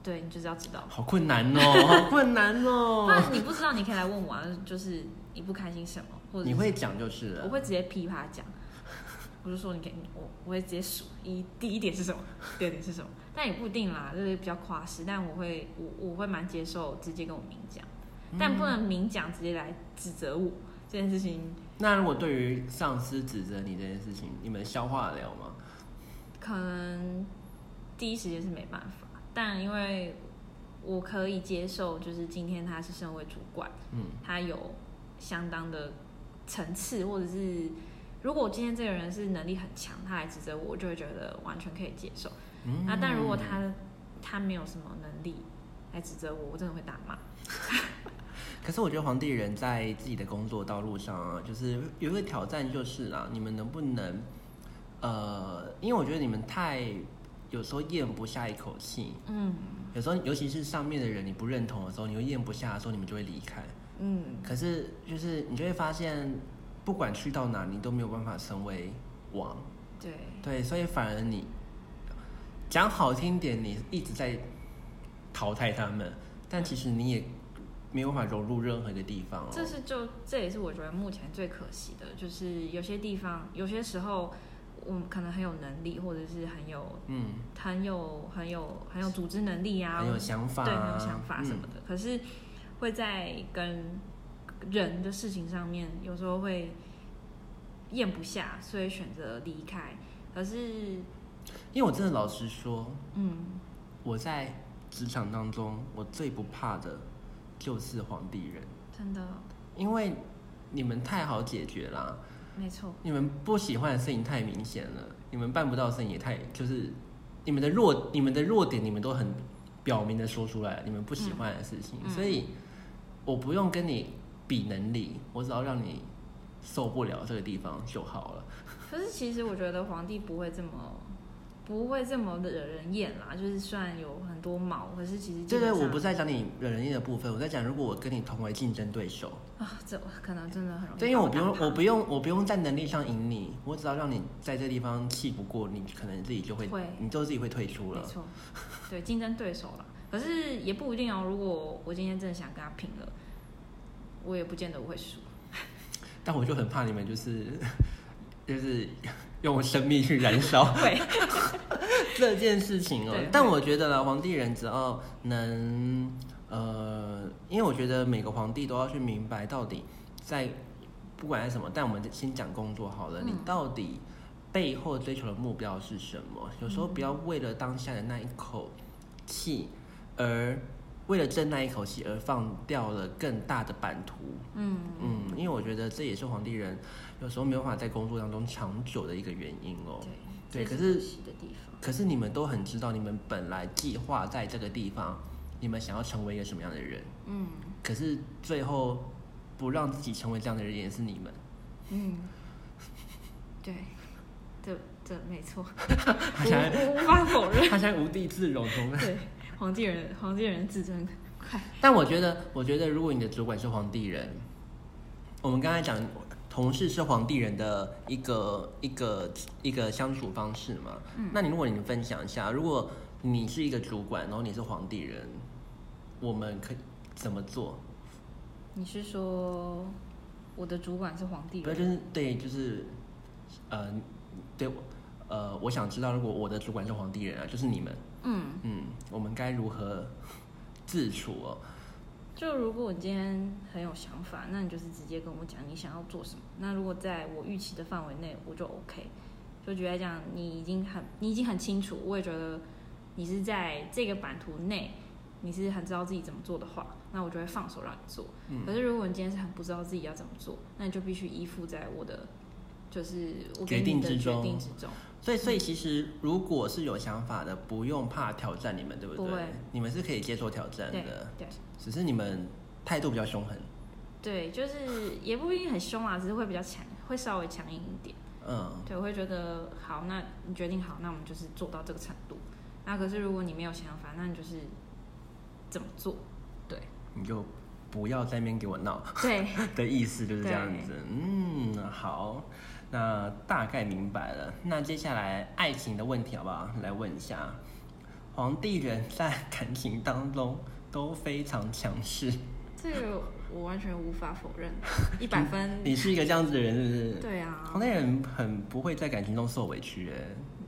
Speaker 2: 对你就是要知道，
Speaker 1: 好困难
Speaker 2: *laughs*
Speaker 1: 哦，好困难
Speaker 2: 不
Speaker 1: 哦。
Speaker 2: 然你不知道你可以来问我啊，就是你不开心什么，或者是
Speaker 1: 你会讲就是了。
Speaker 2: 我会直接噼啪讲，我就说你给你我我会直接数一第一点是什么，第二点是什么，但也不一定啦，就是比较夸饰，但我会我我会蛮接受直接跟我明讲，但不能明讲直接来指责我这件事情，
Speaker 1: 那如果对于上司指责你这件事情，你们消化得了吗？
Speaker 2: 可能第一时间是没办法，但因为我可以接受，就是今天他是身为主管，
Speaker 1: 嗯，
Speaker 2: 他有相当的层次，或者是如果今天这个人是能力很强，他来指责我，我就会觉得完全可以接受。
Speaker 1: 嗯
Speaker 2: 啊，但如果他他没有什么能力来指责我，我真的会打骂。
Speaker 1: 可是我觉得皇帝人在自己的工作道路上啊，就是有一个挑战就是啦，你们能不能，呃，因为我觉得你们太有时候咽不下一口气，
Speaker 2: 嗯
Speaker 1: 有时候尤其是上面的人你不认同的时候，你又咽不下的时候，你们就会离开。
Speaker 2: 嗯，
Speaker 1: 可是就是你就会发现，不管去到哪，你都没有办法成为王。
Speaker 2: 对，
Speaker 1: 对，所以反而你讲好听点，你一直在淘汰他们，但其实你也没有办法融入任何一个地方、哦。
Speaker 2: 这是就这也是我觉得目前最可惜的，就是有些地方有些时候。我们可能很有能力，或者是很有
Speaker 1: 嗯，
Speaker 2: 很有很有很有组织能力啊，
Speaker 1: 很有想法、啊，
Speaker 2: 对，很有想法什么
Speaker 1: 嗯、
Speaker 2: 的。可是会在跟人的事情上面，有时候会咽不下，所以选择离开。可是，
Speaker 1: 因为我真的老实说，
Speaker 2: 嗯，
Speaker 1: 我在职场当中，我最不怕的就是皇帝人，
Speaker 2: 真的
Speaker 1: 因为你们太好解决啦，
Speaker 2: 没错，
Speaker 1: 你们不喜欢的事情太明显了，你们办不到的事情也太就是你们的弱，你们的弱点你们都很表明的说出来，你们不喜欢的事情，
Speaker 2: 嗯嗯
Speaker 1: 所以我不用跟你比能力，我只要让你受不了这个地方就好了。
Speaker 2: 可是其实我觉得皇帝不会这么。不会这么惹人厌啦，就是虽然有很多毛，可是其实
Speaker 1: 对
Speaker 2: 基本
Speaker 1: 对，
Speaker 2: 上
Speaker 1: 我不是在讲你惹人厌的部分，我在讲如果我跟你同为竞争对手，
Speaker 2: 啊，这可能真的很容易。
Speaker 1: 对，因为我不用，我不用，我不用在能力上赢你，我只要让你在这地方气不过，你可能自己就会，
Speaker 2: 会
Speaker 1: 你就自己会退出
Speaker 2: 没
Speaker 1: 了。
Speaker 2: 错，对竞争对手啦。可是也不一定哦。如果我今天真的想跟他拼了，我也不见得我会输。
Speaker 1: 但我就很怕你们就是 *laughs* 就是用生命去燃烧
Speaker 2: 对，
Speaker 1: *laughs* 这件事情哦
Speaker 2: 对。
Speaker 1: 但我觉得啦，皇帝人只要能呃，因为我觉得每个皇帝都要去明白到底在不管是什么，但我们先讲工作好了。你到底背后追求的目标是什么？有时候不要为了当下的那一口气，而为了争那一口气而放掉了更大的版图。
Speaker 2: 嗯，
Speaker 1: 嗯，因为我觉得这也是皇帝人有时候没有办法在工作当中长久的一个原因哦。对
Speaker 2: 对，这
Speaker 1: 可是
Speaker 2: 可惜的地方。
Speaker 1: 可是你们都很知道，你们本来计划在这个地方，你们想要成为一个什么样的人，
Speaker 2: 嗯
Speaker 1: 可是最后不让自己成为这样的人，也是你们。
Speaker 2: 嗯，对，这这
Speaker 1: *laughs*
Speaker 2: 没错，
Speaker 1: 他现在
Speaker 2: 我我无法否认。
Speaker 1: *laughs* 他现在无地自容，从
Speaker 2: 对，黄帝人黄帝人自尊快，
Speaker 1: 但我觉得，我觉得如果你的主管是皇帝人，我们刚才讲同事是皇帝人的一个一个一个相处方式嘛。那你如果你分享一下，如果你是一个主管，然后你是皇帝人，我们可以怎么做？
Speaker 2: 你是说我的主管是皇帝
Speaker 1: 不要
Speaker 2: 人？
Speaker 1: 就是对，就是呃，对，呃，我想知道，如果我的主管是皇帝人啊，就是你们，
Speaker 2: 嗯，
Speaker 1: 嗯，我们该如何自处哦？
Speaker 2: 就如果我今天很有想法，那你就是直接跟我讲你想要做什么。那如果在我预期的范围内，我就 OK。就举例来讲，你已经很你已经很清楚，我也觉得你是在这个版图内，你是很知道自己怎么做的话，那我就会放手让你做。
Speaker 1: 嗯
Speaker 2: 可是如果你今天是很不知道自己要怎么做，那你就必须依附在我的就是我给
Speaker 1: 决定
Speaker 2: 你的
Speaker 1: 之
Speaker 2: 决
Speaker 1: 中
Speaker 2: 定之中。
Speaker 1: 所以，所
Speaker 2: 嗯
Speaker 1: 以其实如果是有想法的，不用怕挑战，你们对不对？
Speaker 2: 不会
Speaker 1: 你们是可以接受挑战
Speaker 2: 对
Speaker 1: 的，
Speaker 2: 对
Speaker 1: 只是你们态度比较凶狠。
Speaker 2: 对，就是也不一定很凶啊，只是会比较强，会稍微强硬一点。
Speaker 1: 嗯，
Speaker 2: 对，我会觉得好，那你决定好，那我们就是做到这个程度。那可是如果你没有想法，那你就是怎么做？ *laughs* 对
Speaker 1: 你就不要在那边给我
Speaker 2: *laughs*
Speaker 1: 闹
Speaker 2: 对，
Speaker 1: 的意思就是这
Speaker 2: 对
Speaker 1: 样子。嗯，好，那大概明白了。那接下来爱情的问题好不好？来问一下，皇帝人在感情当中都非常强势，
Speaker 2: 这个我完全无法否认，一百分。
Speaker 1: 嗯你是一个这样子的人是不是？
Speaker 2: 对
Speaker 1: 皇
Speaker 2: 啊，
Speaker 1: 帝人很不会在感情中受委屈、哎。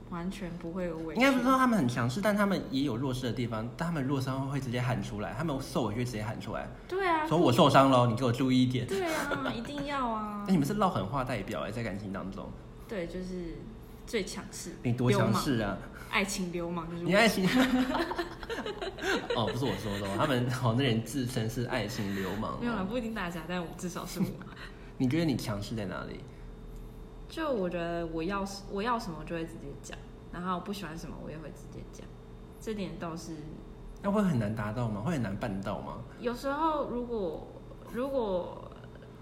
Speaker 2: 完全不会有委
Speaker 1: 应
Speaker 2: 屈。
Speaker 1: 该不是说他们很强势，但他们也有弱势的地方。但他们弱势他们会直接喊出来，他们受委屈直接喊出来，
Speaker 2: 对啊，
Speaker 1: 说我受伤了，你给我注意一点。
Speaker 2: 对啊，一定要啊
Speaker 1: 那、。你们是唠狠话代表哎、在感情当中，
Speaker 2: 对，就是最强势。
Speaker 1: 你多
Speaker 2: 流
Speaker 1: 强
Speaker 2: 氓，
Speaker 1: 势啊！
Speaker 2: 爱情流氓就是
Speaker 1: 你
Speaker 2: 我。
Speaker 1: 爱情， *laughs* 哦，不是我说的，哦，他们好那人自称是爱情流氓、
Speaker 2: 没有啊啦，
Speaker 1: 哦。
Speaker 2: 不一定大家，但我至少是我。
Speaker 1: 你觉得你强势在哪里？
Speaker 2: 就我觉得我要是我要什么就会直接讲，然后不喜欢什么我也会直接讲，这点倒是
Speaker 1: 那会很难达到吗？会很难办到吗？
Speaker 2: 有时候如果如果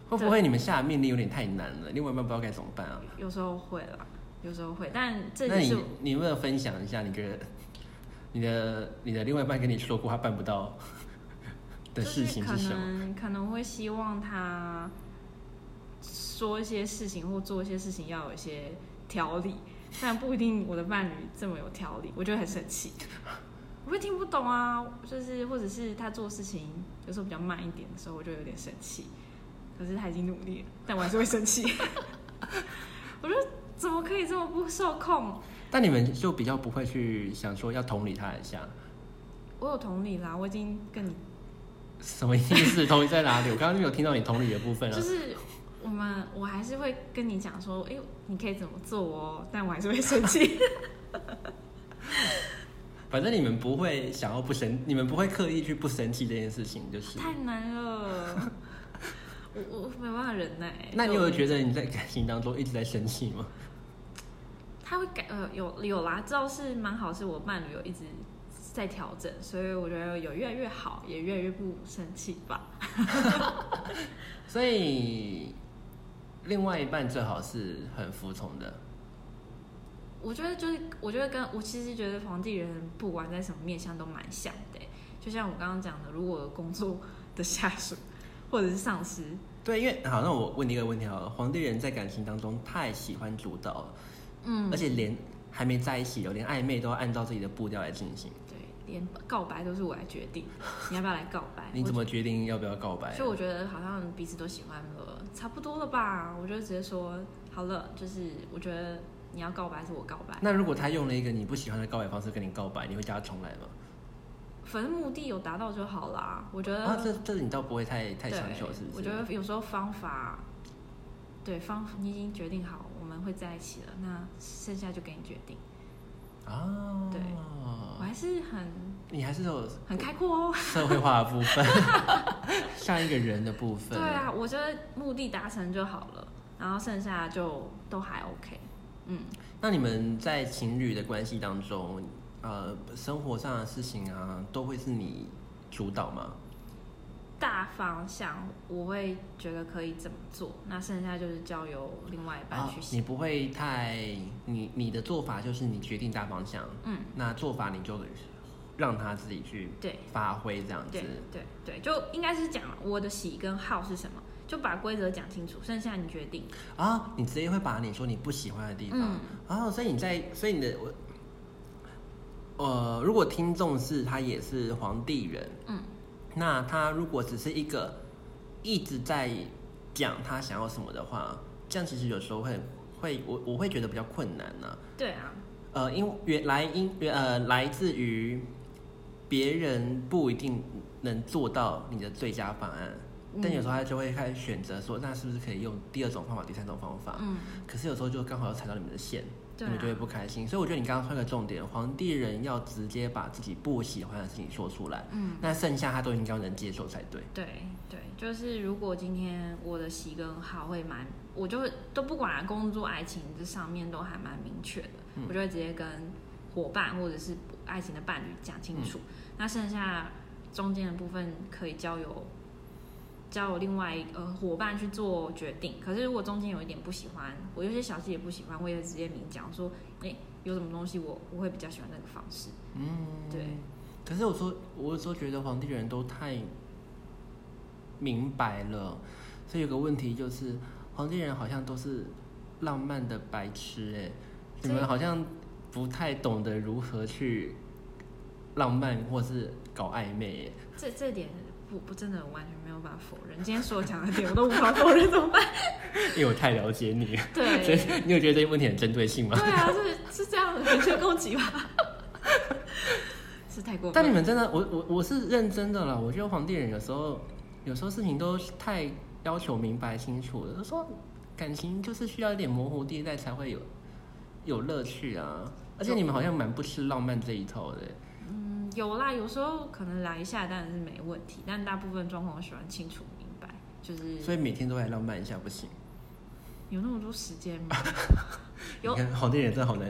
Speaker 1: 会不
Speaker 2: 对
Speaker 1: 会你们下的命令有点太难了？另外一半不知道该怎么办啊？
Speaker 2: 有时候会啦，有时候会，但这
Speaker 1: 那
Speaker 2: 也
Speaker 1: 你
Speaker 2: 是
Speaker 1: 你有没有分享一下？你觉得你的你的另外一半跟你说过他办不到的
Speaker 2: 就
Speaker 1: 事
Speaker 2: 是
Speaker 1: 情
Speaker 2: 可
Speaker 1: 是什么？
Speaker 2: 能可能会希望他说一些事情或做一些事情要有一些条理，但不一定我的伴侣这么有条理，我就会很生
Speaker 1: *laughs*
Speaker 2: 气。我会听不懂啊，就是或者是他做事情有时候比较慢一点的时候，我就有点生气。可是他已经努力了，但我还是会生气。 *laughs* 我就怎么可以这么不受控？
Speaker 1: 但你们就比较不会去想说要同理他一下，
Speaker 2: 我有同理啦，我已经跟你
Speaker 1: 什么意思？同理在哪里？我刚刚就有听到你同理的部分啊
Speaker 2: 就。是我们，我还是会跟你讲说，哎、你可以怎么做哦，但我还是会生
Speaker 1: *laughs*
Speaker 2: 气。
Speaker 1: 反正你们不会想要不生，你们不会刻意去不生气这件事情，就是。
Speaker 2: 太难了，我我没办法忍耐。
Speaker 1: 那你有
Speaker 2: 就
Speaker 1: 觉得你在感情当中一直在生气吗？
Speaker 2: 他会改？呃，有有啦，这倒是蛮好，是我伴侣有一直在调整，所以我觉得有越来越好，也越来越不生气吧。
Speaker 1: 所以另外一半最好是很服从的。
Speaker 2: 我觉得就是，我觉得跟我其实觉得皇帝人不管在什么面向都蛮像的欸、就像我刚刚讲的，如果我工作的下属或者是上司，
Speaker 1: 对，因为好，那我问你一个问题好了，皇帝人在感情当中太喜欢主导了。
Speaker 2: 嗯
Speaker 1: 而，且连还没在一起哦，连暧昧都要按照自己的步调来进行。？
Speaker 2: 对，连告白都是我来决定，你要不要来告白
Speaker 1: *laughs* 你怎
Speaker 2: 么？
Speaker 1: 么决定要不要告白啊？
Speaker 2: 所以我觉得好像彼此都喜欢了，差不多了吧？我就直接说好了，就是我觉得你要告白是我告白，
Speaker 1: 那如果他用了一个你不喜欢的告白方式跟你告白，你会叫他重来吗？
Speaker 2: 反正目的有达到就好
Speaker 1: 啊
Speaker 2: 啦。我觉得、
Speaker 1: 啊，这这你倒不会太太强求，是不是？
Speaker 2: 我觉得有时候方法对方，你已经决定好我们会在一起了，那剩下就给你决定。
Speaker 1: 啊，
Speaker 2: 对我还是很
Speaker 1: 你还是有
Speaker 2: 很开阔哦。
Speaker 1: 社会化的部分， *laughs* 像一个人的部分。
Speaker 2: 对啊，我觉得目的达成就好了，然后剩下就都还 OK。嗯，
Speaker 1: 那你们在情侣的关系当中，呃，生活上的事情啊，都会是你主导吗？
Speaker 2: 大方向我会觉得可以怎么做，那剩下就是交由另外一半
Speaker 1: 啊
Speaker 2: 去想。
Speaker 1: 你不会太你你的做法就是你决定大方向，
Speaker 2: 嗯，
Speaker 1: 那做法你就让他自己去
Speaker 2: 对
Speaker 1: 发挥这样子
Speaker 2: 对。对对，就应该是讲我的喜跟好是什么，就把规则讲清楚，剩下你决定。
Speaker 1: 啊，你直接会把你说你不喜欢的地方，
Speaker 2: 嗯
Speaker 1: 啊，所以你在，所以你的我。呃，如果听众是他也是皇帝人，
Speaker 2: 嗯，
Speaker 1: 那他如果只是一个一直在讲他想要什么的话，这样其实有时候会会我我会觉得比较困难呢、
Speaker 2: 对啊，
Speaker 1: 呃，因原来因呃来自于别人不一定能做到你的最佳方案，
Speaker 2: 嗯
Speaker 1: 但有时候他就会开始选择说，那是不是可以用第二种方法、第三种方法？
Speaker 2: 嗯，可
Speaker 1: 可是有时候就刚好要踩到你们的线，
Speaker 2: 对
Speaker 1: 你们就会
Speaker 2: 啊，
Speaker 1: 不开心。所以我觉得你刚刚说了一个重点，皇帝人要直接把自己不喜欢的事情说出来，
Speaker 2: 嗯，
Speaker 1: 那剩下他都应该能接受才对。
Speaker 2: 对对，就是如果今天我的喜跟好会蛮，我就会都不管啊工作、爱情这上面都还蛮明确的，
Speaker 1: 嗯
Speaker 2: 我就会直接跟伙伴或者是爱情的伴侣讲清楚，
Speaker 1: 嗯
Speaker 2: 那剩下中间的部分可以交由。交由另外一呃伙伴去做决定，可是如果中间有一点不喜欢，我有些小细节不喜欢，我也会直接明讲说，哎、有什么东西我我会比较喜欢那个方式，
Speaker 1: 嗯，
Speaker 2: 对。
Speaker 1: 可是我说，我有时候觉得皇帝人都太明白了，所以有个问题就是，皇帝人好像都是浪漫的白痴哎、你
Speaker 2: 所以
Speaker 1: 们好像不太懂得如何去浪漫或是搞暧昧耶、
Speaker 2: 这这点不不真的完全没有办法否认。今天所有讲的点我都无法否认，怎么办？
Speaker 1: 欸因为我太了解你了。
Speaker 2: 对，
Speaker 1: 所以
Speaker 2: 对
Speaker 1: *laughs* 你有觉得这个问题很针对性吗？
Speaker 2: 啊，是是这样的人身攻击吧？ *laughs* 是太过分。
Speaker 1: 但你们真的，我我我是认真的啦。我觉得皇帝人有时候有时候事情都太要求明白清楚了，就说感情就是需要一点模糊地带才会有有乐趣啊。而且你们好像蛮不吃浪漫这一套的，
Speaker 2: 嗯，有啦，有时候可能来一下当然是没问题，但大部分状况我喜欢清楚明白，就是
Speaker 1: 所以每天都来浪漫一下不行。
Speaker 2: 有那么多时间吗？ *laughs*
Speaker 1: 你
Speaker 2: 有
Speaker 1: 看皇帝人真的好难，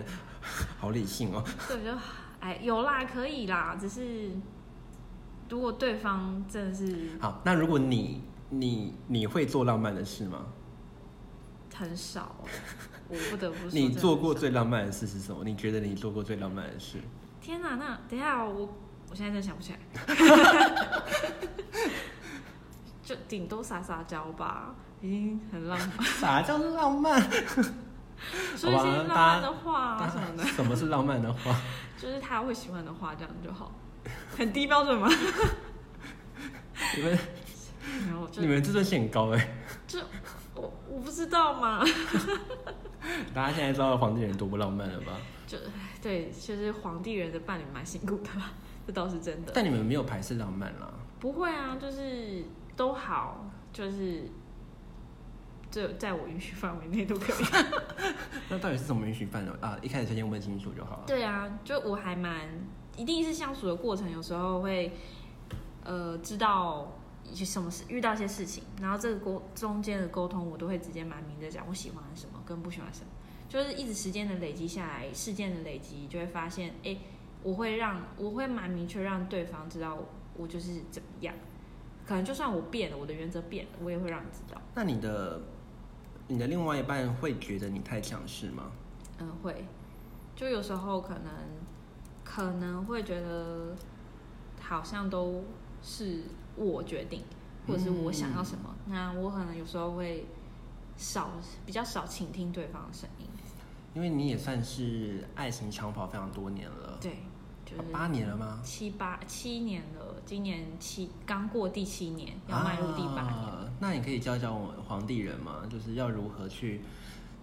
Speaker 1: 好理性哦。
Speaker 2: 对，就哎有啦，可以啦，只是如果对方真的是
Speaker 1: 好，那如果你你你会做浪漫的事吗？
Speaker 2: 很少，我不得不说，
Speaker 1: 你做过
Speaker 2: 最。
Speaker 1: 最浪漫的事是什么？你觉得你做过最浪漫的事？
Speaker 2: 天哪，那等一下哦我我现在真的想不起来， *laughs* 就顶多撒撒娇吧，已经很浪漫。
Speaker 1: 啥叫浪 *laughs* 漫？
Speaker 2: 所以一些浪漫的话啊什么的，
Speaker 1: 什么是浪漫的话？
Speaker 2: *laughs* 就是他会喜欢的话，这样就好。很低标准吗？
Speaker 1: 你们
Speaker 2: 没有，就
Speaker 1: 你们自尊心很高哎、
Speaker 2: 就我我不知道嘛。
Speaker 1: 大家现在知道皇帝人多不浪漫了吧？
Speaker 2: 就对，就是皇帝人的伴侣蛮辛苦的啦， *laughs* 这倒是真的。
Speaker 1: 但你们没有排斥浪漫啦。
Speaker 2: 不会啊，就是都好，就是就在我允许范围内都可以。
Speaker 1: 那到底是什么允许范围啊？一开始先问清楚就好了。
Speaker 2: 对啊，就我还蛮，一定是相处的过程，有时候会，呃，知道一些什么事，遇到一些事情，然后这个沟中间的沟通，我都会直接蛮明的讲我喜欢什么跟不喜欢什么，就是一直时间的累积下来，事件的累积，就会发现，哎、我会让我会蛮明确让对方知道我我就是怎么样，可能就算我变了，我的原则变了，我也会让你知道，
Speaker 1: 那你的你的另外一半会觉得你太强势吗？
Speaker 2: 嗯，会，就有时候可能可能会觉得好像都是我决定，或者是我想要什么，那我可能有时候会少比较少倾听对方的声音，
Speaker 1: 因为你也算是爱情长跑非常多年了，
Speaker 2: 对，就是
Speaker 1: 啊八年了吗？
Speaker 2: 七八七年了，今年七刚过第七年，要迈入第八年。
Speaker 1: 啊。那你可以教教我们皇帝人吗？就是要如何去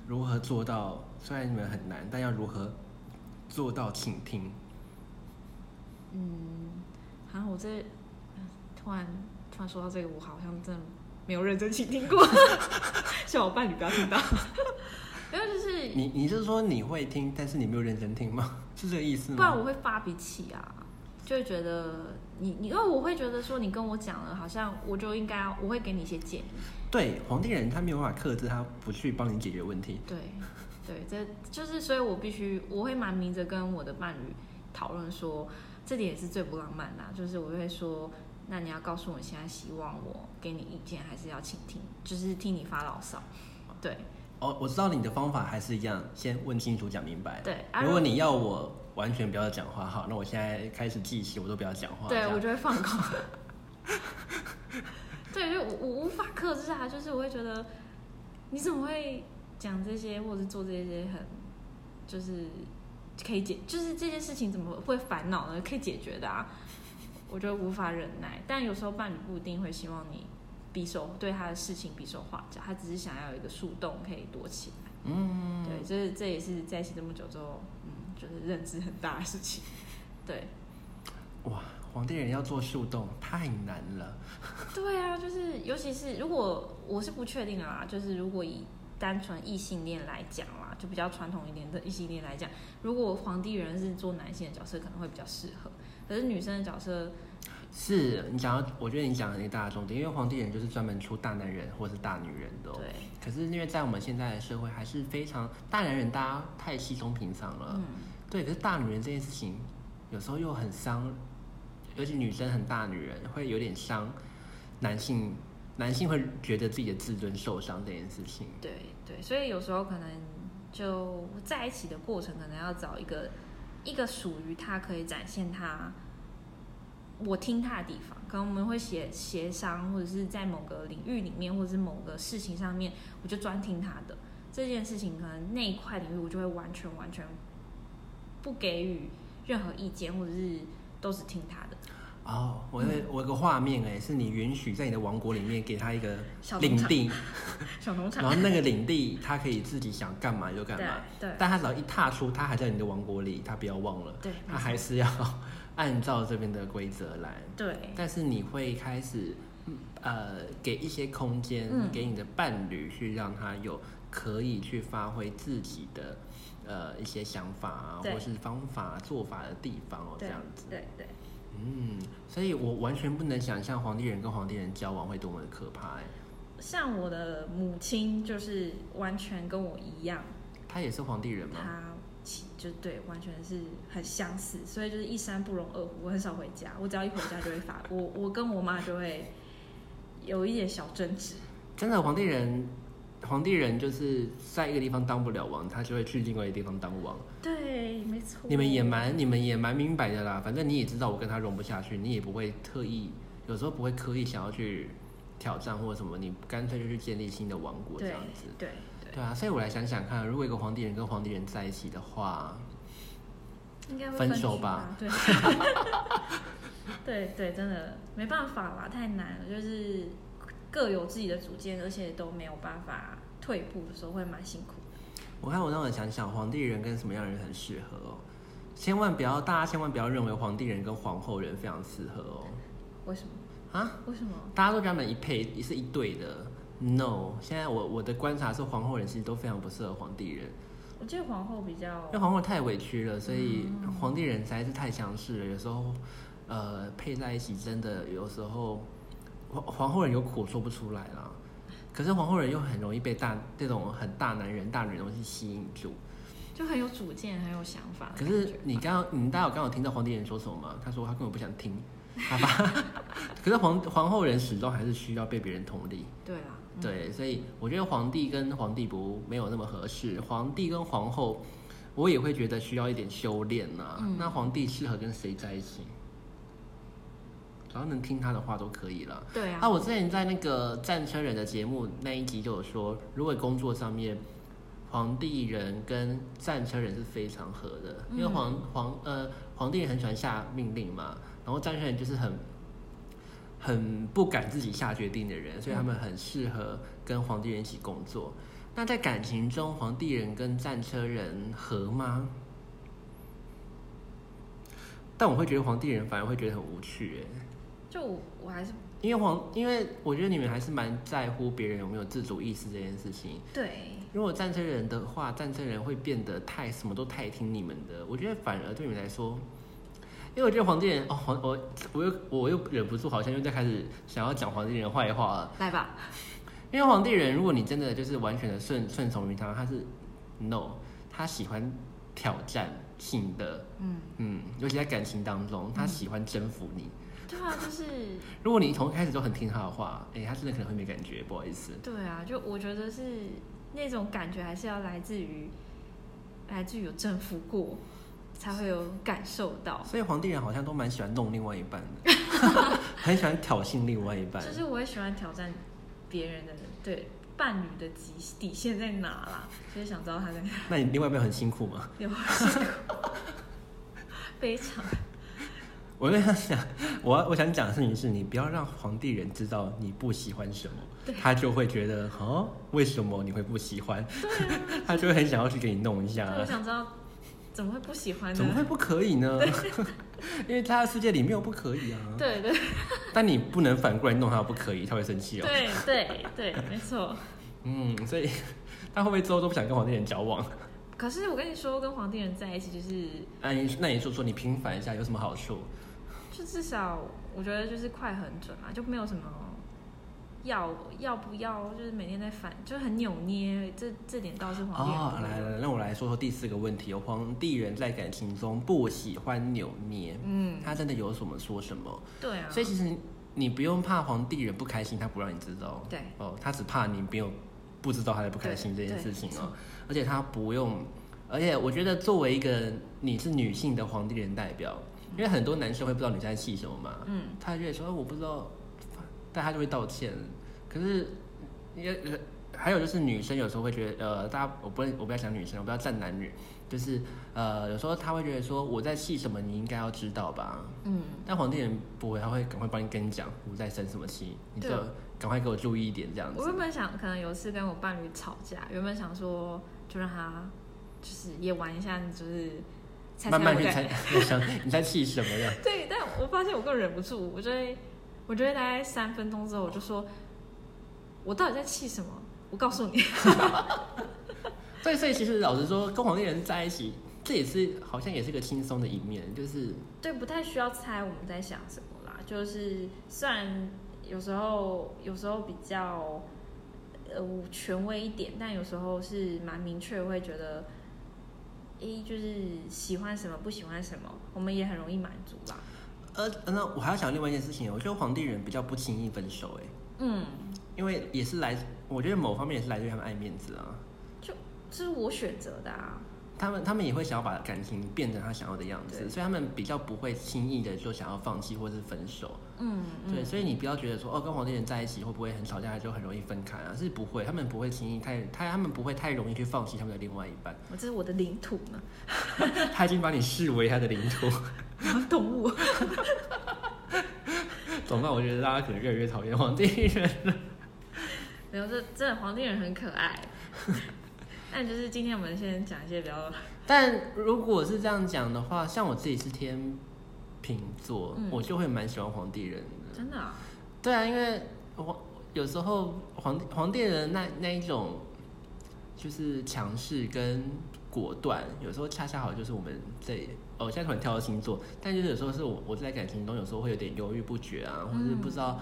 Speaker 1: 如何做到？虽然你们很难，但要如何做到倾听？
Speaker 2: 嗯，好像我这 *laughs* 突然突然说到这个，我好像真的没有认真倾听过，叫我伴侣不要听到。 *laughs* 没有，就是
Speaker 1: 你你是说你会听，但是你没有认真听吗？ *laughs* 是这个意思
Speaker 2: 不然
Speaker 1: 吗？
Speaker 2: 我会发脾气啊，就会觉得你你，因为我会觉得说你跟我讲了，好像我就应该要我会给你一些建议，
Speaker 1: 对，皇帝人他没有办法克制，他不去帮你解决问题。
Speaker 2: 对对，这就是所以我必须我会蛮明着跟我的伴侣讨论说，这点也是最不浪漫啦，就是我会说。那你要告诉我，现在希望我给你意见，还是要倾听，就是听你发牢骚？对
Speaker 1: 哦，我知道你的方法还是一样，先问清楚，讲明白。
Speaker 2: 对，啊
Speaker 1: 如果你要我完全不要讲话，好，那我现在开始记起，我都不要讲话。这
Speaker 2: 对
Speaker 1: 样
Speaker 2: 我就会
Speaker 1: *laughs*
Speaker 2: 放空。对，就我我无法克制啊，就是我会觉得你怎么会讲这些，或者是做这些很就是可以解，就是这些事情怎么会烦恼呢？可以解决的啊，我就无法忍耐。但有时候伴侣不一定会希望你比手对他的事情比手画脚，他只是想要有一个树洞可以躲起来。嗯，对，这、就是这也是在一起这么久之后，嗯，就是认知很大的事情。对，
Speaker 1: 哇，皇帝人要做树洞太难了。
Speaker 2: 对啊，就是尤其是如果我是不确定的啦，就是如果以单纯异性恋来讲啦，就比较传统一点的异性恋来讲，如果皇帝人是做男性的角色，可能会比较适合。可是女生的角色，
Speaker 1: 是你讲到，我觉得你讲了一个大的重点，因为皇帝人就是专门出大男人或是大女人的、哦。
Speaker 2: 对，
Speaker 1: 可是因为在我们现在的社会，还是非常大男人大家太稀松平常了。
Speaker 2: 嗯，
Speaker 1: 对，可是大女人这件事情，有时候又很伤，尤其女生很大女人会有点伤男性，男性会觉得自己的自尊受伤这件事情。
Speaker 2: 对对，所以有时候可能就在一起的过程，可能要找一个一个属于他可以展现他我听他的地方，可能我们会协协商，或者是在某个领域里面，或者是某个事情上面，我就专听他的这件事情，可能那一块领域我就会完全完全不给予任何意见，或者是都是听他的。 *laughs*
Speaker 1: 哦，我有
Speaker 2: 嗯
Speaker 1: 我有个画面哎，是你允许在你的王国里面给他一个
Speaker 2: 小农
Speaker 1: 领
Speaker 2: 场， *laughs*
Speaker 1: 地，
Speaker 2: 小农
Speaker 1: 然
Speaker 2: 场
Speaker 1: 后，那个
Speaker 2: *laughs*
Speaker 1: 领地他可以自己想干嘛就干
Speaker 2: 对
Speaker 1: 嘛，
Speaker 2: 对
Speaker 1: 但他只要一踏出，他还在你的王国里，他不要忘了，
Speaker 2: 对
Speaker 1: 他啊还是要 *laughs* 按照这边的规则来。
Speaker 2: 对
Speaker 1: 但是你会开始，嗯呃，给一些空间，
Speaker 2: 嗯
Speaker 1: 给你的伴侣去让他有可以去发挥自己的呃一些想法啊，
Speaker 2: 对
Speaker 1: 或是方法、做法的地方哦，这
Speaker 2: 对
Speaker 1: 样子。
Speaker 2: 对对，
Speaker 1: 嗯，所以我完全不能想象皇帝人跟皇帝人交往会多么的可怕哎、
Speaker 2: 像我的母亲就是完全跟我一样，
Speaker 1: 他也是皇帝人吗？
Speaker 2: 她其就对，完全是很相似，所以就是一山不容二虎。我很少回家，我只要一回家就会发，我我跟我妈就会有一点小争执。
Speaker 1: 真的，皇帝人，皇帝人就是在一个地方当不了王，他就会去另外一个地方当王。
Speaker 2: 对，没错。
Speaker 1: 你们也蛮你们也蛮明白的啦，反正你也知道我跟他融不下去，你也不会特意，有时候不会刻意想要去挑战或者什么，你干脆就去建立新的王国这
Speaker 2: 对
Speaker 1: 样子。
Speaker 2: 对对，
Speaker 1: 对啊，所以我来想想看，如果一个皇帝人跟皇帝人在一起的话，
Speaker 2: 应该会
Speaker 1: 分
Speaker 2: 居
Speaker 1: 手吧？
Speaker 2: 对， *laughs* 对对，真的没办法啦，太难了，就是各有自己的主见，而且都没有办法退步的时候，会蛮辛苦。
Speaker 1: 我看我让我想想，皇帝人跟什么样的人很适合哦？千万不要，大家千万不要认为皇帝人跟皇后人非常适合哦。
Speaker 2: 为什么？
Speaker 1: 啊，
Speaker 2: 为什么？
Speaker 1: 大家都觉得他们一配也是一对的。No，现在我我的观察是皇后人其实都非常不适合皇帝人。
Speaker 2: 我记得皇后比较
Speaker 1: 因为皇后太委屈了，所以
Speaker 2: 嗯
Speaker 1: 皇帝人实在是太强势了。有时候，呃，配在一起真的有时候，皇皇后人有苦说不出来啦。可是皇后人又很容易被大这种很大男人、大女人的东西吸引住。
Speaker 2: 就很有主见，很有想法的
Speaker 1: 可
Speaker 2: 啊感觉。
Speaker 1: 是你刚刚，你大家有刚好听到皇帝人说什么吗？他说他根本不想听，好吧？ *laughs* 可是皇皇后人始终还是需要被别人同理。
Speaker 2: 对啦，嗯，
Speaker 1: 对，所以我觉得皇帝跟皇帝不没有那么合适，皇帝跟皇后，我也会觉得需要一点修炼呐、
Speaker 2: 嗯
Speaker 1: 那皇帝适合跟谁在一起？只要能听他的话都可以了。
Speaker 2: 对啊，
Speaker 1: 啊，我之前在那个战车人的节目那一集就有说，如果工作上面，皇帝人跟战车人是非常合的，因为
Speaker 2: 嗯
Speaker 1: 皇皇呃皇帝人很喜欢下命令嘛，然后战车人就是很很不敢自己下决定的人，所以他们很适合跟皇帝人一起工作。那在感情中，皇帝人跟战车人合吗？但我会觉得皇帝人反而会觉得很无趣、欸，
Speaker 2: 就我我还是
Speaker 1: 因为黄，因为我觉得你们还是蛮在乎别人有没有自主意识这件事情。
Speaker 2: 对
Speaker 1: 如果战车人的话，战车人会变得太什么都太听你们的，我觉得反而对你们来说，因为我觉得黄帝人哦，黄我我又我又忍不住，好像又在开始想要讲黄帝人坏话了。
Speaker 2: 来吧，
Speaker 1: 因为黄帝人，如果你真的就是完全的顺顺从于他，他是 no，他喜欢挑战性的，
Speaker 2: 嗯，
Speaker 1: 嗯，尤其在感情当中，他喜欢征服你。
Speaker 2: 对啊，就是
Speaker 1: 如果你从一开始就很听他的话，哎、他真的可能会没感觉，不好意思。
Speaker 2: 对啊，就我觉得是那种感觉还是要来自于来自于有征服过，才会有感受到。
Speaker 1: 所以皇帝人好像都蛮喜欢弄另外一半
Speaker 2: *laughs*
Speaker 1: 的， *laughs* 很喜欢挑衅另外一半
Speaker 2: 就。是我也喜欢挑战别人的对伴侣的底底线在哪啦，就是想知道他在哪，
Speaker 1: 那你另外一半很辛苦吗？
Speaker 2: 有没有辛苦非常
Speaker 1: 我就想想， *laughs* 我我想讲的事情是你不要让皇帝人知道你不喜欢什么
Speaker 2: 对，
Speaker 1: 他就会觉得哦，为什么你会不喜欢？
Speaker 2: 对啊，
Speaker 1: *laughs* 他就会很想要去给你弄一下、啊
Speaker 2: 对我想知道怎么会不喜欢呢？
Speaker 1: 怎么会不可以呢？ *laughs* 因为他的世界里没有不可以啊。*laughs*
Speaker 2: 对对
Speaker 1: 但你不能反过来弄他不可以，他会生气哦。
Speaker 2: 对对对，没错。
Speaker 1: 嗯，所以 *laughs* 他会不会之后都不想跟皇帝人交往？
Speaker 2: 可是我跟你说，跟皇帝人在一起，就是
Speaker 1: 那你那你说说，你平反一下有什么好处？
Speaker 2: 就至少我觉得就是快很准啊嘛，就没有什么要要不要，就是每天在反，就是很扭捏。这这点倒是皇帝人
Speaker 1: 哦，
Speaker 2: 不会
Speaker 1: 来
Speaker 2: 有
Speaker 1: 来，来让我来说说第四个问题哦。皇帝人在感情中不喜欢扭捏，
Speaker 2: 嗯，
Speaker 1: 他真的有什么说什么，
Speaker 2: 对啊，
Speaker 1: 所以其实你不用怕皇帝人不开心，他不让你知道。
Speaker 2: 对
Speaker 1: 哦，他只怕你没有不知道他在不开心这
Speaker 2: 对
Speaker 1: 件
Speaker 2: 对
Speaker 1: 事情
Speaker 2: 没
Speaker 1: 哦
Speaker 2: 错，
Speaker 1: 而且他不用，而且我觉得作为一个你是女性的皇帝人代表，因为很多男生会不知道女生在气什么嘛，
Speaker 2: 嗯，
Speaker 1: 他就会说哦我不知道，但他就会道歉。可是也呃还有就是女生有时候会觉得，呃，大家我不我不要讲女生，我不要站男女，就是呃有时候他会觉得说我在气什么，你应该要知道吧。
Speaker 2: 嗯，
Speaker 1: 但皇帝人不会，他会赶快帮你跟你讲我在生什么气，你就
Speaker 2: 对
Speaker 1: 赶快给我注意一点这样
Speaker 2: 我原
Speaker 1: 子。
Speaker 2: 本想可能有一次跟我伴侣吵架，原本想说就让他就是也玩一下，就是猜猜
Speaker 1: 慢慢
Speaker 2: 我
Speaker 1: 去
Speaker 2: 在
Speaker 1: 猜，我想
Speaker 2: *laughs*
Speaker 1: 你在气什么呀？
Speaker 2: 对，但我发现我根本忍不住，我就会，我就会大概三分钟之后，我就说，我到底在气什么？我告诉你，
Speaker 1: 所以，所以其实老实说，跟皇帝人在一起，这也是好像也是个轻松的一面，就是
Speaker 2: *laughs* 对，不太需要猜我们在想什么啦。就是虽然有时候有时候比较呃权威一点，但有时候是蛮明确，会觉得。一就是喜欢什么不喜欢什么，我们也很容易满足啦。
Speaker 1: 呃，那我还要讲另外一件事情，我觉得皇帝人比较不轻易分手，哎，
Speaker 2: 嗯，
Speaker 1: 因为也是来，我觉得某方面也是来自于他们爱面子啊，
Speaker 2: 这是我选择的啊。
Speaker 1: 他们他们也会想要把感情变成他想要的样子，
Speaker 2: 对
Speaker 1: 所以他们比较不会轻易的就想要放弃或是分手，
Speaker 2: 嗯，嗯
Speaker 1: 对，所以你不要觉得说哦，跟皇帝人在一起会不会很吵架，就很容易分开啊？是不会，他们不会轻易太太，他们不会太容易去放弃他们的另外一半， *laughs*
Speaker 2: 我这是我的领土呢， *laughs*
Speaker 1: 他已经把你视为他的领土。
Speaker 2: 动物。
Speaker 1: 怎么办？我觉得大家可能越来越讨厌皇帝人。
Speaker 2: 没有，这真的皇帝人很可爱。但就是今天我们先讲一些比较，
Speaker 1: 但如果是这样讲的话，像我自己是天秤座，
Speaker 2: 嗯
Speaker 1: 我就会蛮喜欢皇帝人的。
Speaker 2: 真的啊、
Speaker 1: 对啊，因为皇有时候皇帝皇帝人那那一种就是强势跟果断，有时候恰恰好就是我们这哦，现在突然跳到星座，但就是有时候是我我在感情中有时候会有点犹豫不决啊，或是不知道。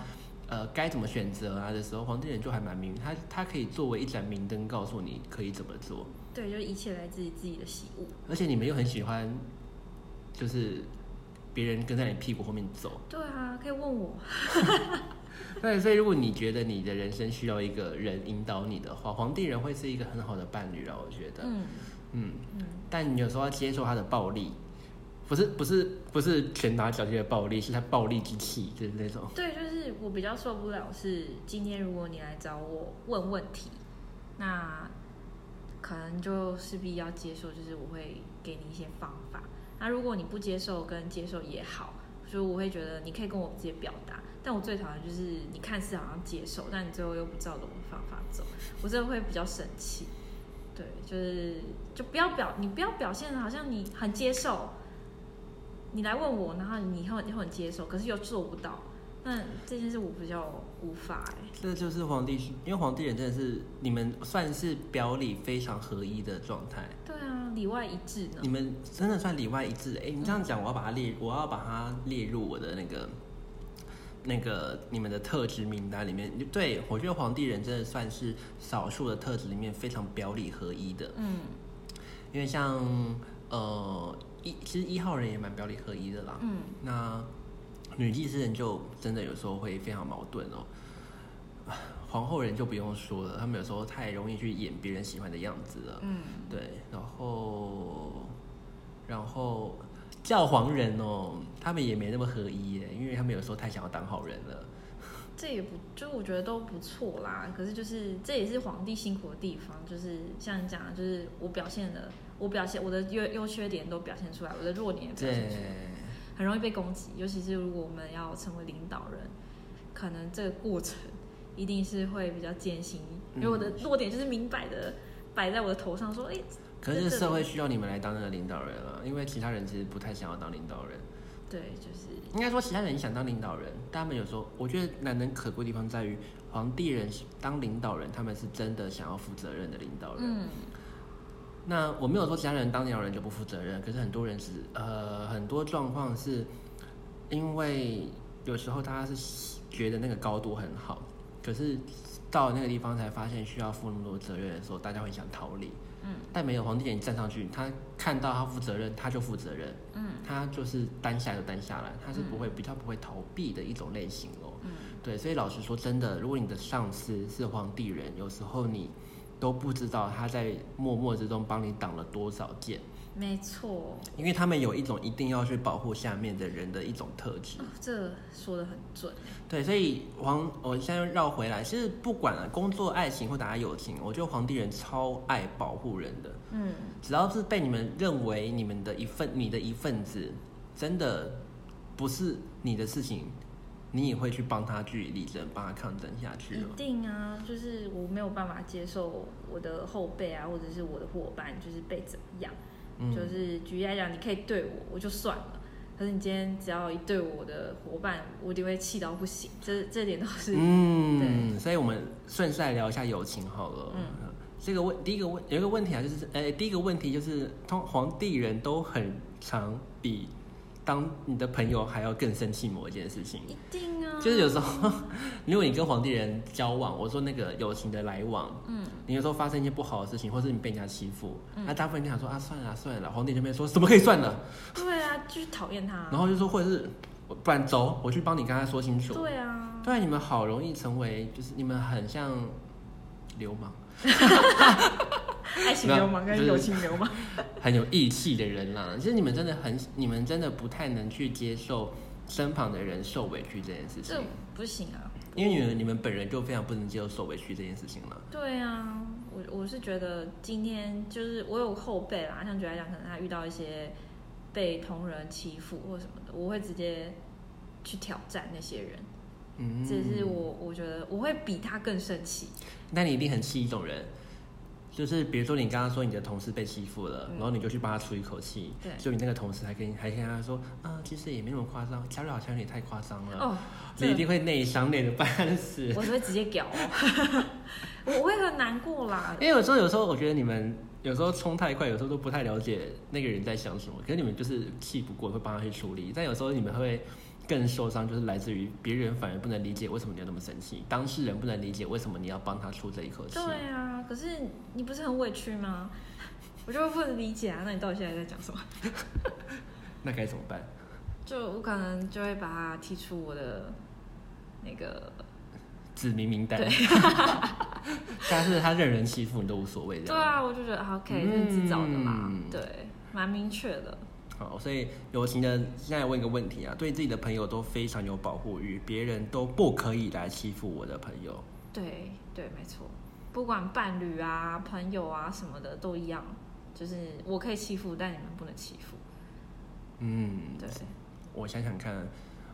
Speaker 1: 呃，该怎么选择啊的时候，皇帝人就还蛮明，他他可以作为一盏明灯，告诉你可以怎么做。
Speaker 2: 对，就是一切来自于自己的喜恶。
Speaker 1: 而且你们又很喜欢，就是别人跟在你屁股后面走。
Speaker 2: 对啊，可以问我。
Speaker 1: 对，所以如果你觉得你的人生需要一个人引导你的话，皇帝人会是一个很好的伴侣啊，我觉得。
Speaker 2: 嗯
Speaker 1: 嗯，
Speaker 2: 嗯，
Speaker 1: 但你有时候要接受他的暴力，不是不是不是拳打脚踢的暴力，是他暴力之气，就是那种。
Speaker 2: 对，就是我比较受不了是今天如果你来找我问问题，那可能就势必要接受，就是我会给你一些方法。那如果你不接受跟接受也好，所以我会觉得你可以跟我直接表达。但我最讨厌就是你看似好像接受，但你最后又不照着我的方法走，我真的会比较生气。对，就是就不要表，你不要表现得好像你很接受，你来问我，然后你很你很接受，可是又做不到，那这件事我比较无法哎、
Speaker 1: 这就是皇帝，因为皇帝人真的是你们算是表里非常合一的状态，
Speaker 2: 对啊，里外一致呢
Speaker 1: 你。们真的算里外一致。哎，你这样讲，我要把它列，我要把它列入我的那个那个你们的特质名单里面。对我觉得皇帝人真的算是少数的特质里面非常表里合一的，
Speaker 2: 嗯，
Speaker 1: 因为像呃一其实一号人也蛮表里合一的啦，
Speaker 2: 嗯，
Speaker 1: 那女祭司人就真的有时候会非常矛盾哦。 *sighs* 唉皇后人就不用说了，他们有时候太容易去演别人喜欢的样子了。
Speaker 2: 嗯，
Speaker 1: 对，然后，然后教皇人哦，他们也没那么合一耶，因为他们有时候太想要当好人了。
Speaker 2: 这也不就我觉得都不错啦。可是就是这也是皇帝辛苦的地方，就是像你讲的，就是我表现的，我表现我的优优缺点都表现出来，我的弱点也表现
Speaker 1: 对
Speaker 2: 出来，，很容易被攻击。尤其是如果我们要成为领导人，可能这个过程一定是会比较艰辛，因为我的弱点就是明摆的摆在我的头上，说哎，
Speaker 1: 可是社会需要你们来当那个领导人啊，因为其他人其实不太想要当领导人。
Speaker 2: 对，就是
Speaker 1: 应该说其他人也想当领导人，但他们有时候我觉得难能可贵的地方在于，皇帝人是当领导人，他们是真的想要负责任的领导人。
Speaker 2: 嗯，
Speaker 1: 那我没有说其他人当领导人就不负责任，可是很多人是呃很多状况是，因为有时候大家是觉得那个高度很好，可是到了那个地方才发现需要负那么多责任的时候，大家会想逃离。
Speaker 2: 嗯，
Speaker 1: 但没有皇帝爷站上去，他看到他负责任，他就负责任。
Speaker 2: 嗯，
Speaker 1: 他就是担下就担下来，他是不会、比较不会逃避的一种类型哦。
Speaker 2: 嗯，
Speaker 1: 对，所以老实说，真的，如果你的上司是皇帝人，有时候你都不知道他在默默之中帮你挡了多少箭，
Speaker 2: 没错。
Speaker 1: 因为他们有一种一定要去保护下面的人的一种特质
Speaker 2: 哦。、这说的很准，欸
Speaker 1: 对，所以皇，我现在绕回来，其实不管啊，工作、爱情或打家友情，我觉得皇帝人超爱保护人的。
Speaker 2: 嗯，
Speaker 1: 只要是被你们认为你们的一份、你的一份子，真的不是你的事情，你也会去帮他据理力争，帮他抗争下去
Speaker 2: 一
Speaker 1: 了。
Speaker 2: 定啊，就是我没有办法接受我的后辈啊，或者是我的伙伴，就是被怎么样，
Speaker 1: 嗯，
Speaker 2: 就是举例来讲，你可以对我，我就算了。可是你今天只要一对我的伙伴，我就会气到不行，这这点都是，
Speaker 1: 嗯，所以我们顺势来聊一下友情好了。
Speaker 2: 嗯
Speaker 1: 嗯，这个问第一个问有一个问题啊，就是呃，第一个问题就是，通皇帝人都很常比当你的朋友还要更生气某一件事情。
Speaker 2: 一定啊，
Speaker 1: 就是有时候，如果你跟皇帝人交往，我说那个友情的来往，
Speaker 2: 嗯，
Speaker 1: 你有时候发生一些不好的事情，或是你被人家欺负，那、大部分人想说啊，算了算了，皇帝那边说什么可以算了，
Speaker 2: 对啊，就是讨厌他，
Speaker 1: 然后就说或者是我不然走，我去帮你跟他说清楚。
Speaker 2: 对啊，
Speaker 1: 对，你们好容易成为，就是你们很像流氓，
Speaker 2: 爱情流氓跟友情流氓，
Speaker 1: 很有义气的人啦。 *laughs* 其实你们真的很，你们真的不太能去接受身旁的人受委屈这件事情
Speaker 2: 这，不行啊，
Speaker 1: 因为你们你们本人就非常不能接受受委屈这件事情了。
Speaker 2: 对啊，我我是觉得今天就是我有后辈啦，像举来讲，可能他遇到一些被同人欺负或什么的，我会直接去挑战那些人，
Speaker 1: 嗯，
Speaker 2: 这是我我觉得我会比他更生气。
Speaker 1: 那你一定很气一种人，就是比如说你刚刚说你的同事被欺负了，
Speaker 2: 嗯
Speaker 1: 然后你就去帮他出一口气，
Speaker 2: 对
Speaker 1: 就你那个同事还跟还跟他说，啊、其实也没那么夸张，小蕊好像也太夸张了，
Speaker 2: 哦，
Speaker 1: 你一
Speaker 2: 这
Speaker 1: 定会内伤内的半死。
Speaker 2: 我是会直接屌哦， *laughs* 我我会很难过
Speaker 1: *laughs*
Speaker 2: 啦。
Speaker 1: 因为有时候有时候我觉得你们有时候冲太快，有时候都不太了解那个人在想什么，可是你们就是气不过会帮他去处理，但有时候你们会。更受伤就是来自于别人反而不能理解为什么你要那么生气，当事人不能理解为什么你要帮他出这一口气。
Speaker 2: 对啊，可是你不是很委屈吗？我就不能理解啊，那你到底现在在讲什么？
Speaker 1: 那该怎么办？
Speaker 2: 就我可能就会把他踢出我的那个
Speaker 1: 指名名单。但是他任人欺负你都无所谓，这
Speaker 2: 对
Speaker 1: 样。
Speaker 2: 啊，我就觉得啊 OK，这
Speaker 1: 嗯
Speaker 2: 是自找的啦，对，蛮明确的。
Speaker 1: 好，所以友情的现在问一个问题啊，对自己的朋友都非常有保护欲，别人都不可以来欺负我的朋友。
Speaker 2: 对对，没错，不管伴侣啊、朋友啊什么的都一样，就是我可以欺负，但你们不能欺负。
Speaker 1: 嗯，
Speaker 2: 对，
Speaker 1: 我想想看，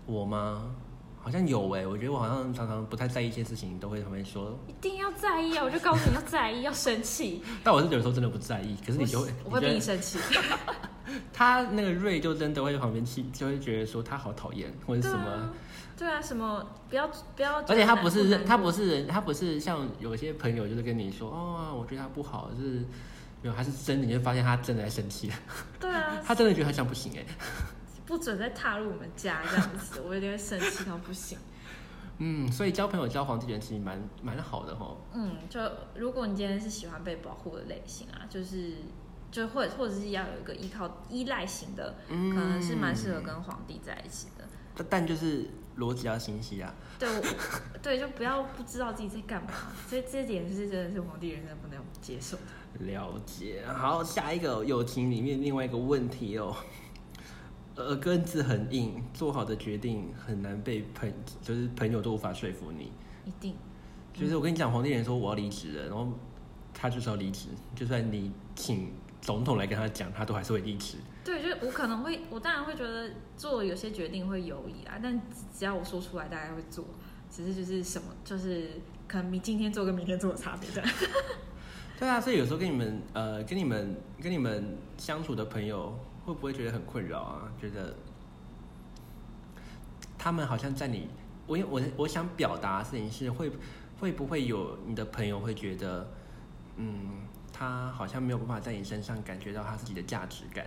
Speaker 1: 我吗？好像有哎、我觉得我好像常常不太在意一些事情，都会旁边
Speaker 2: *laughs*
Speaker 1: 说。
Speaker 2: 一定要在意啊！我就告诉你要在意，要生气。
Speaker 1: 但我是有时候真的不在意，可是你就会，
Speaker 2: 我我会
Speaker 1: 你
Speaker 2: 比
Speaker 1: 就
Speaker 2: 你
Speaker 1: 会
Speaker 2: 生气。
Speaker 1: 他那个瑞就真的会在旁边气，就会觉得说他好讨厌或者
Speaker 2: 对
Speaker 1: 什么。
Speaker 2: 啊，对啊，什么不要不要，
Speaker 1: 而且他不是
Speaker 2: 难
Speaker 1: 人，他不
Speaker 2: 难
Speaker 1: 是人，他不是像有些朋友就是跟你说，哦，我觉得他不好，就是没有，他是真的，你会发现他真的在生
Speaker 2: *laughs*
Speaker 1: 气，
Speaker 2: 过对啊，
Speaker 1: 他真的觉得他这样不行哎。
Speaker 2: 不准再踏入我们家这样子，我有点生气到不行。
Speaker 1: 嗯，所以交朋友交黄这件事情蛮蛮好的哈。
Speaker 2: 嗯，就如果你今天是喜欢被保护的类型啊，就是就或者或者是要有一个依靠依赖型的，
Speaker 1: 嗯，
Speaker 2: 可能是蛮适合跟皇帝在一起的。
Speaker 1: 但，但就是逻辑要清晰啊。
Speaker 2: 对，我 *laughs* 对，就不要不知道自己在干嘛，这这点是真的是皇帝人生不能接受的。
Speaker 1: 了解。好，下一个友情里面另外一个问题哦， *laughs* 耳根子很硬，做好的决定很难被朋，就是朋友都无法说服你。
Speaker 2: 一定，
Speaker 1: 就是我跟你讲，黄帝人说我要离职了，然后他就是要离职，就算你请总统来跟他讲，他都还是会离职。
Speaker 2: 对，就是我可能会，我当然会觉得做有些决定会犹疑啊，但只只要我说出来，大家会做，只是就是什么，就是可能你今天做跟明天做的差别这样。 *laughs*
Speaker 1: 对啊，所以有时候跟你们呃，跟你们跟你们相处的朋友，会不会觉得很困扰啊？觉得他们好像在你，我因为我我想表达的事情是会会不会有你的朋友会觉得，嗯，他好像没有办法在你身上感觉到他自己的价值感。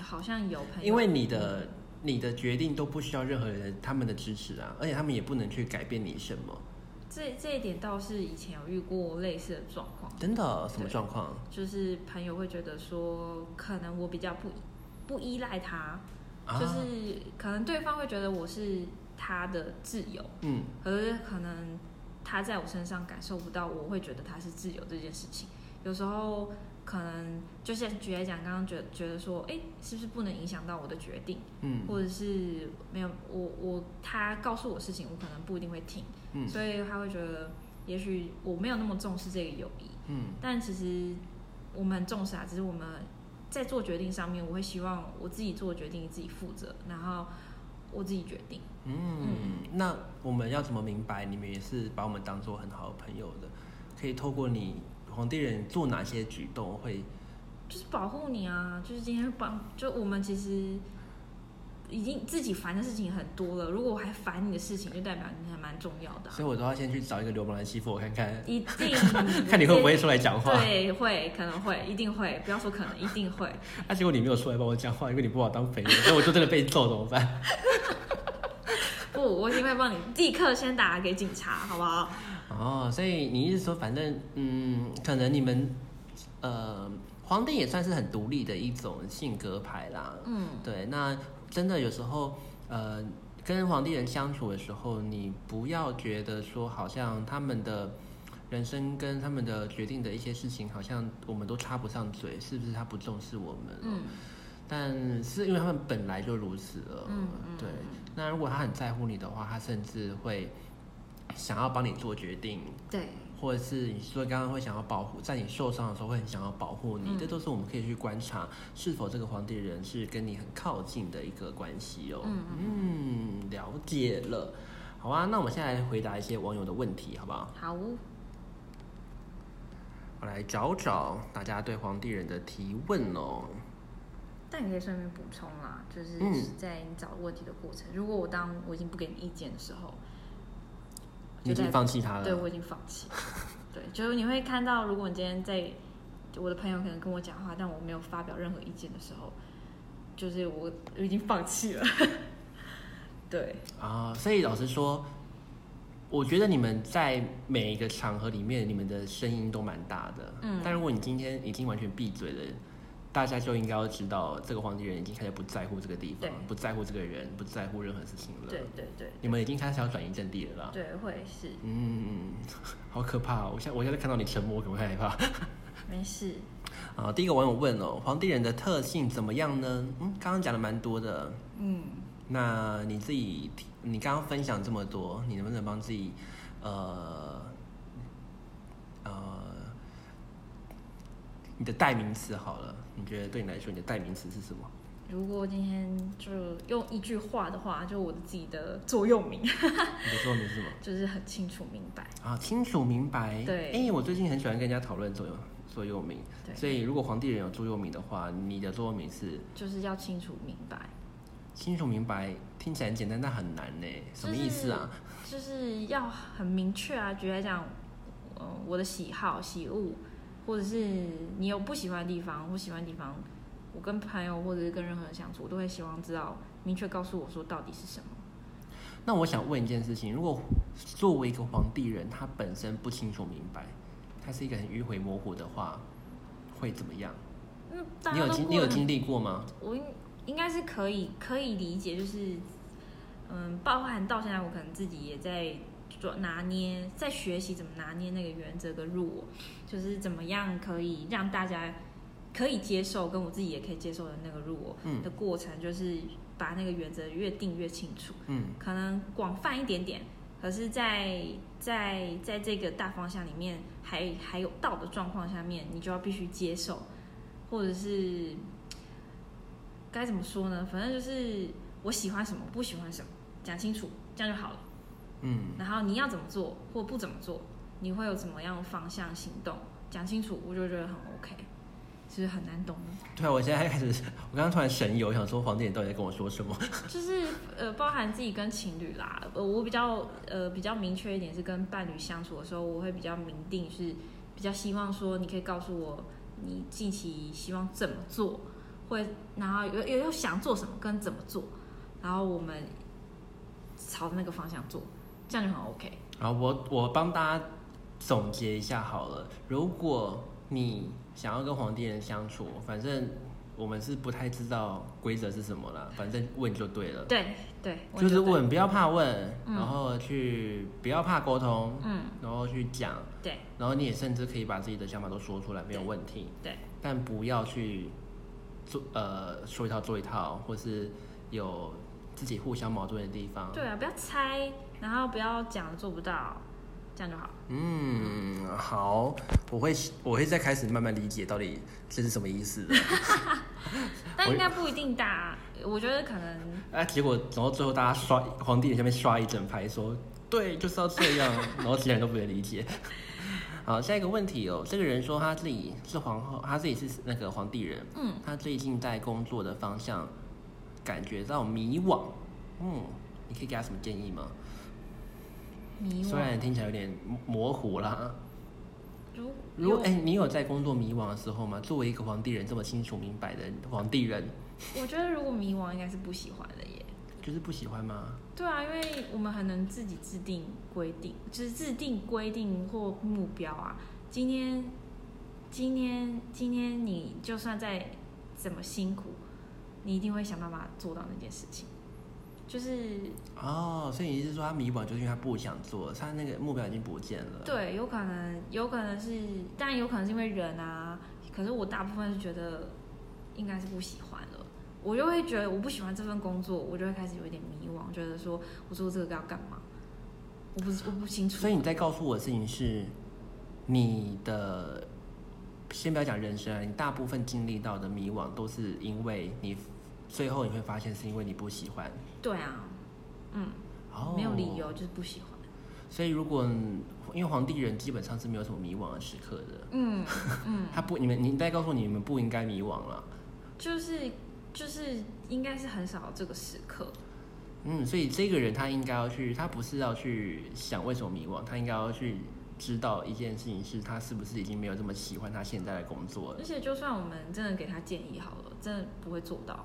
Speaker 2: 好像有朋友，
Speaker 1: 因为你的你的决定都不需要任何人他们的支持啊，而且他们也不能去改变你什么。
Speaker 2: 这这一点倒是以前有遇过类似的状况，
Speaker 1: 真的什么
Speaker 2: 对
Speaker 1: 状况？
Speaker 2: 就是朋友会觉得说，可能我比较不不依赖他，
Speaker 1: 啊，
Speaker 2: 就是可能对方会觉得我是他的挚友，
Speaker 1: 嗯，
Speaker 2: 可是可能他在我身上感受不到，我会觉得他是自由这件事情。有时候可能就像举例来讲，刚刚觉觉得说，哎，是不是不能影响到我的决定，
Speaker 1: 嗯
Speaker 2: 或者是没有我我他告诉我事情，我可能不一定会听，
Speaker 1: 嗯
Speaker 2: 所以他会觉得也许我没有那么重视这个友谊，
Speaker 1: 嗯
Speaker 2: 但其实我们很重视啊，只是我们在做决定上面，我会希望我自己做决定，自己负责，然后我自己决定。
Speaker 1: 嗯。那我们要怎么明白你们也是把我们当做很好的朋友的？可以透过你皇帝人做哪些举动会？
Speaker 2: 就是保护你啊，就是今天帮，就我们其实已经自己烦的事情很多了，如果我还烦你的事情，就代表你还蛮重要
Speaker 1: *laughs*
Speaker 2: 的啊、
Speaker 1: 所以我都要先去找一个流氓来欺负我看看，，
Speaker 2: 一定
Speaker 1: 看你会不会出来讲话。
Speaker 2: 对，会，可能会，一定会，不要说可能，一定会。
Speaker 1: 那、啊结果你没有出来帮我讲话，因为你不把我当朋友，所以我就真的被揍怎么办？
Speaker 2: 不，我一定会帮你，立刻先打给警察，好不好？
Speaker 1: 哦，所以你是说，反正嗯，可能你们呃，皇帝也算是很独立的一种性格牌啦。
Speaker 2: 嗯，
Speaker 1: 对，那真的有时候呃，跟皇帝人相处的时候，你不要觉得说好像他们的人生跟他们的决定的一些事情，好像我们都插不上嘴，是不是他不重视我们？
Speaker 2: 嗯，
Speaker 1: 但是因为他们本来就如此了，
Speaker 2: 嗯嗯
Speaker 1: 对。那如果他很在乎你的话，他甚至会想要帮你做决定，
Speaker 2: 对，
Speaker 1: 或者是你说刚刚会想要保护，在你受伤的时候会很想要保护你，
Speaker 2: 嗯
Speaker 1: 这都是我们可以去观察是否这个皇帝人是跟你很靠近的一个关系哦。
Speaker 2: 嗯
Speaker 1: 嗯，了解了。好啊，那我们现在来回答一些网友的问题，好不好？
Speaker 2: 好，
Speaker 1: 我来找找大家对皇帝人的提问哦。
Speaker 2: 但你可以顺便补充啦，就是
Speaker 1: 嗯
Speaker 2: 在你找问题的过程，如果我当我已经不给你意见的时候，
Speaker 1: 你已经
Speaker 2: 就在
Speaker 1: 放弃他了？
Speaker 2: 对，我已经放弃
Speaker 1: *laughs*
Speaker 2: 了。对，就是你会看到，如果你今天在我的朋友可能跟我讲话，但我没有发表任何意见的时候，就是我已经放弃了。 *laughs* 对，
Speaker 1: 啊，所以老实说，我觉得你们在每一个场合里面，你们的声音都蛮大的。
Speaker 2: 嗯
Speaker 1: 但如果你今天已经完全闭嘴了，大家就应该要知道，这个皇帝人已经开始不在乎这个地方
Speaker 2: 对，
Speaker 1: 不在乎这个人，不在乎任何事情了。
Speaker 2: 对，对对
Speaker 1: 你们已经开始要转移阵地了啦。
Speaker 2: 对，会是
Speaker 1: 嗯，好可怕、哦！我现在我现在看到你沉默，我可能会害怕。
Speaker 2: 没事。
Speaker 1: 啊，第一个网友问哦，皇帝人的特性怎么样呢？嗯，刚刚讲的蛮多的。
Speaker 2: 嗯，
Speaker 1: 那你自己，你刚刚分享这么多，你能不能帮自己，呃，呃，你的代名词好了？你觉得对你来说，你的代名词是什么？
Speaker 2: 如果今天就用一句话的话，就我的自己的座右铭，
Speaker 1: 你的座右铭
Speaker 2: *laughs*
Speaker 1: 是什么？
Speaker 2: 就是很清楚明白。
Speaker 1: 啊，清楚明白。
Speaker 2: 对
Speaker 1: 哎，我最近很喜欢跟人家讨论座右座右铭。
Speaker 2: 对
Speaker 1: 所以如果皇帝人有座右铭的话，你的座右铭是
Speaker 2: 就是要清楚明白，
Speaker 1: 清楚明白，听起来很简单但很难呢，什么意思啊？
Speaker 2: 就是要很明确啊。举例来讲，呃，我的喜好、喜恶，或者是你有不喜欢的地方或喜欢的地方，我跟朋友或者是跟任何人相处，我都会希望知道明确告诉我说到底是什么。
Speaker 1: 那我想问一件事情：如果作为一个皇帝人，他本身不清楚明白，他是一个很迂回模糊的话，会怎么样？
Speaker 2: 嗯，大
Speaker 1: 你
Speaker 2: 家
Speaker 1: 有
Speaker 2: 都
Speaker 1: 经你
Speaker 2: 过
Speaker 1: 有
Speaker 2: 了
Speaker 1: 经历过吗？
Speaker 2: 我应应该是可以可以理解，就是嗯，包含到现在我可能自己也在做拿捏，在学习怎么拿捏那个原则跟入我，就是怎么样可以让大家可以接受，跟我自己也可以接受的那个入我
Speaker 1: 嗯
Speaker 2: 的过程，就是把那个原则越定越清楚，
Speaker 1: 嗯，
Speaker 2: 可能广泛一点点。可是在，在在这个大方向里面，还还有道的状况下面，你就要必须接受，或者是该怎么说呢？反正就是我喜欢什么，不喜欢什么，讲清楚，这样就好了。
Speaker 1: 嗯，
Speaker 2: 然后你要怎么做或不怎么做，你会有怎么样的方向行动，讲清楚，我就觉得很 OK。是不是很难懂呢？
Speaker 1: 对啊，我现在开始，我刚刚突然神游，想说皇帝你到底在跟我说什么？ *laughs*
Speaker 2: 就是呃，包含自己跟情侣啦，呃，我比较呃比较明确一点是跟伴侣相处的时候，我会比较明定是比较希望说你可以告诉我你近期希望怎么做，会然后又又又想做什么跟怎么做，然后我们朝那个方向做，这样就很 OK。
Speaker 1: 然后我我帮大家总结一下好了，如果你想要跟皇帝人相处，反正我们是不太知道规则是什么啦，反正问就对了，
Speaker 2: 对对，我
Speaker 1: 就是
Speaker 2: 觉得，
Speaker 1: 问，不要怕问，
Speaker 2: 嗯
Speaker 1: 然后去不要怕沟通，
Speaker 2: 嗯，
Speaker 1: 然后去讲，
Speaker 2: 对
Speaker 1: 然后你也甚至可以把自己的想法都说出来，没有问题，
Speaker 2: 对，
Speaker 1: 但不要去做呃说一套做一套，或是有自己互相矛盾的地方，
Speaker 2: 对啊，不要猜，然后不要讲做不到，这样就好。
Speaker 1: 嗯，好，我会我会再开始慢慢理解到底这是什么意思的。
Speaker 2: 但应该不一定大，我觉得可能
Speaker 1: 啊，结果然后最后大家刷皇帝下面刷一整排说，对，就是要这样，然后其他人都不能理解。 *laughs* 好，下一个问题哦，这个人说他自己是皇后，他自己是那个皇帝人，
Speaker 2: 嗯，
Speaker 1: 他最近在工作的方向感觉到迷惘，嗯，你可以给他什么建议吗？
Speaker 2: 迷
Speaker 1: 虽
Speaker 2: 惘。
Speaker 1: 然听起来有点模糊啦，
Speaker 2: 如
Speaker 1: 如果
Speaker 2: 有
Speaker 1: 哎、你有在工作迷惘的时候吗？作为一个皇帝人这么清楚明白的皇帝人，
Speaker 2: 我觉得如果迷惘，应该是不喜欢的耶。
Speaker 1: 就是不喜欢吗？
Speaker 2: 对啊，因为我们很能自己制定规定，就是制定规定或目标啊。今天，今天，今天你就算再怎么辛苦，你一定会想办法做到那件事情。就是
Speaker 1: 哦，所以你是说他迷惘，就是因为他不想做，他那个目标已经不见了。，
Speaker 2: 对，有可能，有可能是，但有可能是因为人啊。可是我大部分是觉得应该是不喜欢了，我就会觉得我不喜欢这份工作，我就会开始有一点迷惘，觉得说我做这个要干嘛？我不我不清楚。
Speaker 1: 所以你在告诉我的事情是，你的先不要讲人生啊，你大部分经历到的迷惘都是因为你最后你会发现是因为你不喜欢，
Speaker 2: 对啊，嗯，
Speaker 1: 哦，
Speaker 2: 没有理。由就是不喜欢。
Speaker 1: 所以如果因为皇帝人基本上是没有什么迷惘的时刻的，
Speaker 2: 嗯嗯，
Speaker 1: 他不，你们你在告诉我你们不应该迷惘了。
Speaker 2: 就是就是应该是很少这个时刻。
Speaker 1: 嗯，所以这个人他应该要去，他不是要去想为什么迷惘，他应该要去知道一件事情是他是不是已经没有这么喜欢他现在的工作了
Speaker 2: 而且就算我们真的给他建议好了，真的不会做到。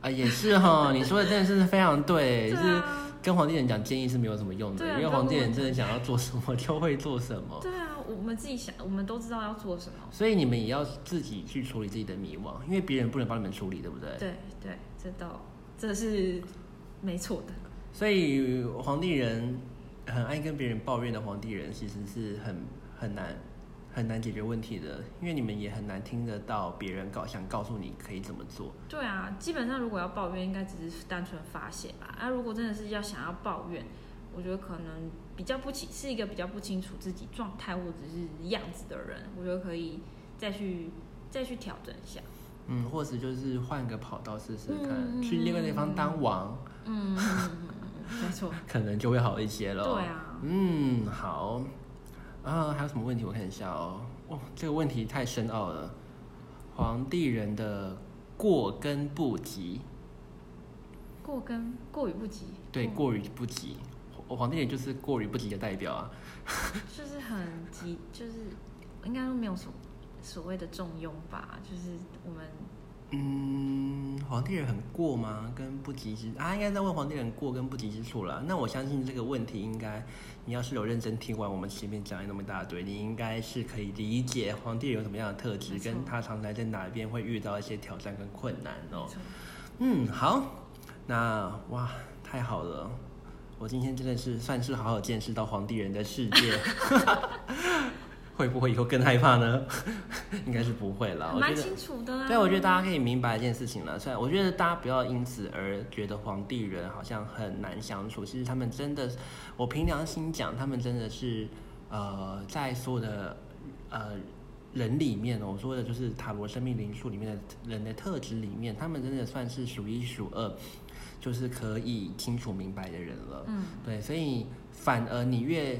Speaker 1: 啊、也是哈，你说的真的是非常对，
Speaker 2: *laughs* 对
Speaker 1: 就是
Speaker 2: 啊。
Speaker 1: 跟皇帝人讲建议是没有什么用的，
Speaker 2: 对啊
Speaker 1: 因为
Speaker 2: 跟
Speaker 1: 皇帝
Speaker 2: 我
Speaker 1: 人真的想要做什么就会做什么，
Speaker 2: 对啊，我们自己想，我们都知道要做什么。
Speaker 1: 所以你们也要自己去处理自己的迷惘，因为别人不能帮你们处理，对不对？
Speaker 2: 对对，这倒这是没错的。
Speaker 1: 所以皇帝人很爱跟别人抱怨的皇帝人，其实是很很难很难解决问题的，因为你们也很难听得到别人告想告诉你可以怎么做。
Speaker 2: 对啊，基本上如果要抱怨，应该只是单纯发泄吧。那、如果真的是要想要抱怨，我觉得可能比较不清，是一个比较不清楚自己状态或者是样子的人，我觉得可以再去再去调整一下。
Speaker 1: 嗯，或者就是换个跑道试试看，
Speaker 2: 嗯
Speaker 1: 去另外一个地方当王，
Speaker 2: 嗯， *laughs* 没错。
Speaker 1: 可能就会好一些了。
Speaker 2: 对啊，
Speaker 1: 嗯，好。啊，还有什么问题？我看一下哦。哇，这个问题太深奥了。皇帝人的过跟不及，
Speaker 2: 过跟过与不及，
Speaker 1: 对，
Speaker 2: 嗯
Speaker 1: 过于不及，皇皇帝人就是过于不及的代表啊。
Speaker 2: 就是很急，就是应该说没有所所谓的重用吧，就是我们
Speaker 1: 嗯，皇帝人很过吗？跟不及之啊，应该在问皇帝人过跟不及之处啦。那我相信这个问题应该，你要是有认真听完我们前面讲了那么一大堆，你应该是可以理解皇帝人有什么样的特质，
Speaker 2: 没错
Speaker 1: 跟他常常在哪边会遇到一些挑战跟困难哦。
Speaker 2: 从
Speaker 1: 嗯，好，那哇，太好了！我今天真的是算是好好见识到皇帝人的世界，会不会以后更害怕呢？ *laughs* 应该是不会啦。我觉
Speaker 2: 蛮
Speaker 1: 得，
Speaker 2: 清楚的啊。
Speaker 1: 对，我觉得大家可以明白一件事情了。虽然我觉得大家不要因此而觉得皇帝人好像很难相处，其实他们真的，我凭良心讲，他们真的是呃，在所有的呃人里面哦，我说的就是塔罗生命灵数里面的人的特质里面，他们真的算是数一数二，就是可以清楚明白的人了。
Speaker 2: 嗯，
Speaker 1: 对，所以反而你越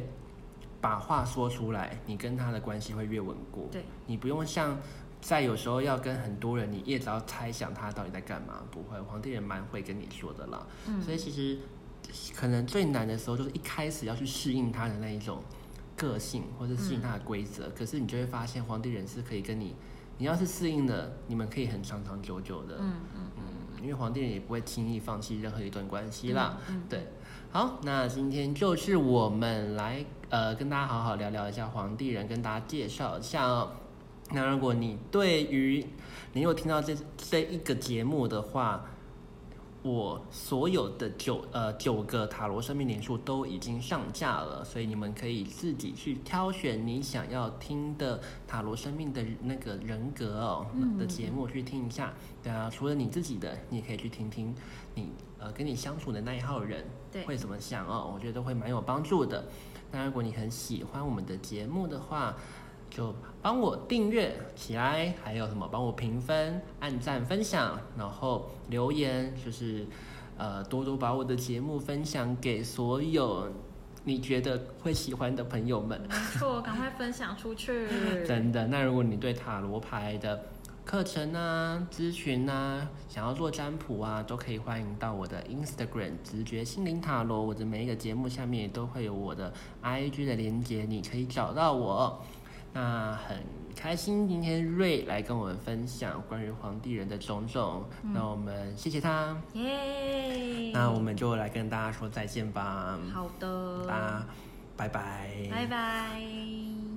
Speaker 1: 把话说出来，你跟他的关系会越稳固。
Speaker 2: 对，
Speaker 1: 你不用像在有时候要跟很多人，你一直要猜想他到底在干嘛。不会，皇帝人蛮会跟你说的啦。
Speaker 2: 嗯
Speaker 1: 所以其实可能最难的时候就是一开始要去适应他的那一种个性，或者
Speaker 2: 嗯
Speaker 1: 适应他的规则。可是你就会发现，皇帝人是可以跟你，你要是适应了，你们可以很长长久久的。
Speaker 2: 嗯嗯，
Speaker 1: 嗯，因为皇帝人也不会轻易放弃任何一段关系啦。
Speaker 2: 嗯，
Speaker 1: 对，好，那今天就是我们来呃跟大家好好聊聊一下皇帝人，跟大家介绍一下、哦。那如果你对于你有听到这这一个节目的话，我所有的九呃九个塔罗生命灵数都已经上架了，所以你们可以自己去挑选你想要听的塔罗生命的那个人格哦、
Speaker 2: 嗯
Speaker 1: 的节目去听一下。对啊，除了你自己的，你也可以去听听你呃跟你相处的那一号人
Speaker 2: 嗯对
Speaker 1: 会怎么想哦，我觉得会蛮有帮助的。那如果你很喜欢我们的节目的话，就帮我订阅起来，还有什么帮我评分、按赞、分享，然后留言，就是呃多多把我的节目分享给所有你觉得会喜欢的朋友们。
Speaker 2: 没错，赶快分享出去。
Speaker 1: 真的，那如果你 *laughs* 对塔罗牌的课程啊、咨询啊，想要做占卜啊，都可以欢迎到我的 Instagram 直觉心灵塔罗。我的每一个节目下面也都会有我的 IG 的连接，你可以找到我。那很开心今天瑞来跟我们分享关于皇帝人的种种，那我们谢谢他，
Speaker 2: 耶！
Speaker 1: 那我们就来跟大家说再见吧，
Speaker 2: 好的，
Speaker 1: 嗯大家拜拜，
Speaker 2: 拜拜。